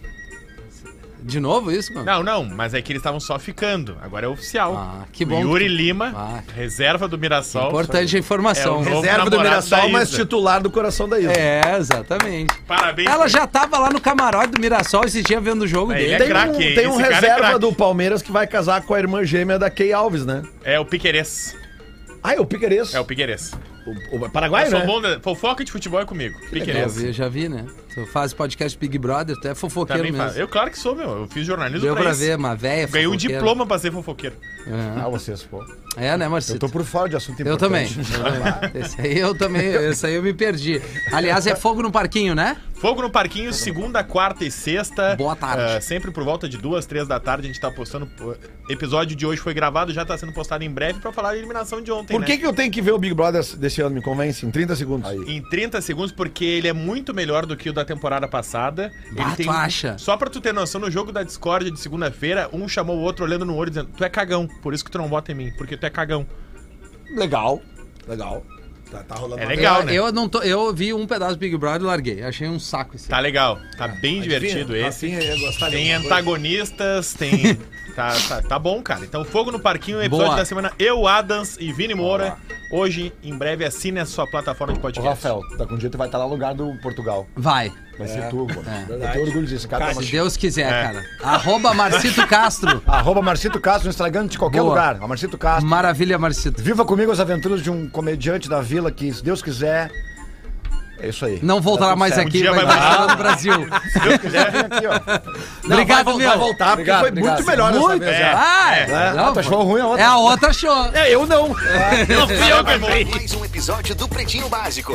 [SPEAKER 1] De novo isso, mano?
[SPEAKER 4] Não, não, mas é que eles estavam só ficando. Agora é oficial.
[SPEAKER 1] Ah, que
[SPEAKER 4] O
[SPEAKER 1] bom
[SPEAKER 4] Yuri
[SPEAKER 1] que tu-
[SPEAKER 4] Lima,
[SPEAKER 1] Ah.
[SPEAKER 4] reserva do Mirassol.
[SPEAKER 1] Importante a
[SPEAKER 4] É,
[SPEAKER 1] informação.
[SPEAKER 4] o novo-
[SPEAKER 3] Reserva do
[SPEAKER 4] namorado da
[SPEAKER 3] Mirassol, mas
[SPEAKER 4] Isa.
[SPEAKER 3] titular do coração da Isa.
[SPEAKER 1] É, exatamente.
[SPEAKER 4] Parabéns.
[SPEAKER 1] Ela já tava lá no camarote do Mirassol esse dia vendo o jogo
[SPEAKER 4] É,
[SPEAKER 1] dele.
[SPEAKER 4] ele
[SPEAKER 3] Tem um,
[SPEAKER 4] craque, hein?
[SPEAKER 3] tem um
[SPEAKER 4] Esse cara é
[SPEAKER 3] reserva
[SPEAKER 4] craque.
[SPEAKER 3] do Palmeiras que vai casar com a irmã gêmea da Key Alves, né?
[SPEAKER 4] É o Piqueires.
[SPEAKER 3] Ah, é o Piqueires.
[SPEAKER 4] É o Piqueires.
[SPEAKER 3] o, o
[SPEAKER 4] Eu
[SPEAKER 3] Paraguai,
[SPEAKER 4] sou um
[SPEAKER 3] né?
[SPEAKER 4] bom da- Fofoca de futebol é comigo.
[SPEAKER 1] Já
[SPEAKER 4] Piqueires.
[SPEAKER 1] vi, já vi, né? Tu faz podcast Big Brother, tu é fofoqueiro
[SPEAKER 4] Também
[SPEAKER 1] mesmo.
[SPEAKER 4] faz. Eu claro que sou, meu. Eu fiz jornalismo
[SPEAKER 1] Deu
[SPEAKER 4] pra,
[SPEAKER 1] pra
[SPEAKER 4] isso.
[SPEAKER 1] ver, né? uma véia
[SPEAKER 4] Ganhei um
[SPEAKER 1] fofoqueira.
[SPEAKER 4] diploma pra ser fofoqueiro.
[SPEAKER 5] Ah, vocês, pô.
[SPEAKER 1] É, né,
[SPEAKER 5] Eu
[SPEAKER 1] Marcito?
[SPEAKER 5] tô por fora de assunto
[SPEAKER 1] Eu também.
[SPEAKER 5] importante.
[SPEAKER 1] Esse aí eu também, esse aí eu me perdi. Aliás, é fogo no parquinho, né?
[SPEAKER 4] Fogo no Parquinho, segunda, quarta e sexta.
[SPEAKER 1] Boa tarde.
[SPEAKER 4] Ah, sempre por volta de duas, três da tarde a gente tá postando. pô, Episódio de hoje foi gravado, já tá sendo postado em breve pra falar da eliminação de ontem.
[SPEAKER 3] Por
[SPEAKER 4] né?
[SPEAKER 3] que, que eu tenho que ver o Big Brother desse ano? Me convence, em 30 segundos.
[SPEAKER 4] Em 30 segundos, porque ele é muito melhor do que o da temporada passada.
[SPEAKER 1] Ah,
[SPEAKER 4] ele um
[SPEAKER 1] tu acha?
[SPEAKER 4] Só pra tu ter noção, no jogo da Discord de segunda-feira, um chamou o outro olhando no olho dizendo: Tu é cagão, por isso que tu não vota em mim, porque tu é cagão.
[SPEAKER 3] Legal. Legal. Tá, tá rolando.
[SPEAKER 4] É legal,
[SPEAKER 1] eu,
[SPEAKER 4] né?
[SPEAKER 1] eu não tô, eu vi um pedaço do Big Brother e larguei. Achei um saco esse.
[SPEAKER 4] Tá legal, tá bem divertido esse. Tem antagonistas, tem. tá, tá, tá bom, cara. Então, Fogo no Parquinho, episódio
[SPEAKER 1] Boa.
[SPEAKER 4] da semana. Eu, Adams e Vini Moura. Hoje, em breve, assine a sua plataforma de
[SPEAKER 5] Ô,
[SPEAKER 4] podcast.
[SPEAKER 5] Rafael, daqui um dia tu vai estar lá no lugar do Portugal.
[SPEAKER 1] Vai.
[SPEAKER 5] Vai ser tu, pô. Eu tenho orgulho disso. Cara, tá
[SPEAKER 1] Se
[SPEAKER 5] mach-
[SPEAKER 1] Deus quiser, cara. Arroba Marcito Castro.
[SPEAKER 5] Arroba Marcito Castro no Instagram de qualquer
[SPEAKER 1] Boa.
[SPEAKER 5] lugar. A Marcito Castro.
[SPEAKER 1] Maravilha, Marcito.
[SPEAKER 5] Viva comigo as aventuras de um comediante da vila que, se Deus quiser. É isso aí.
[SPEAKER 1] Não voltará mais
[SPEAKER 4] Um
[SPEAKER 1] aqui,
[SPEAKER 4] dia
[SPEAKER 1] vai
[SPEAKER 4] vai
[SPEAKER 1] voltar no Brasil.
[SPEAKER 4] Se eu quiser.
[SPEAKER 5] Aqui, ó.
[SPEAKER 1] obrigado,
[SPEAKER 3] vai,
[SPEAKER 1] meu.
[SPEAKER 3] Vai voltar, porque
[SPEAKER 5] Obrigado,
[SPEAKER 3] foi
[SPEAKER 5] obrigado.
[SPEAKER 3] muito melhor dessa
[SPEAKER 1] Muito.
[SPEAKER 3] vez.
[SPEAKER 4] É.
[SPEAKER 1] Ah, é. Não,
[SPEAKER 5] Ah, tu achou ruim a outra?
[SPEAKER 1] é a outra show.
[SPEAKER 3] É, eu não.
[SPEAKER 4] Não fui eu que errei.
[SPEAKER 9] Mais um episódio do Pretinho Básico.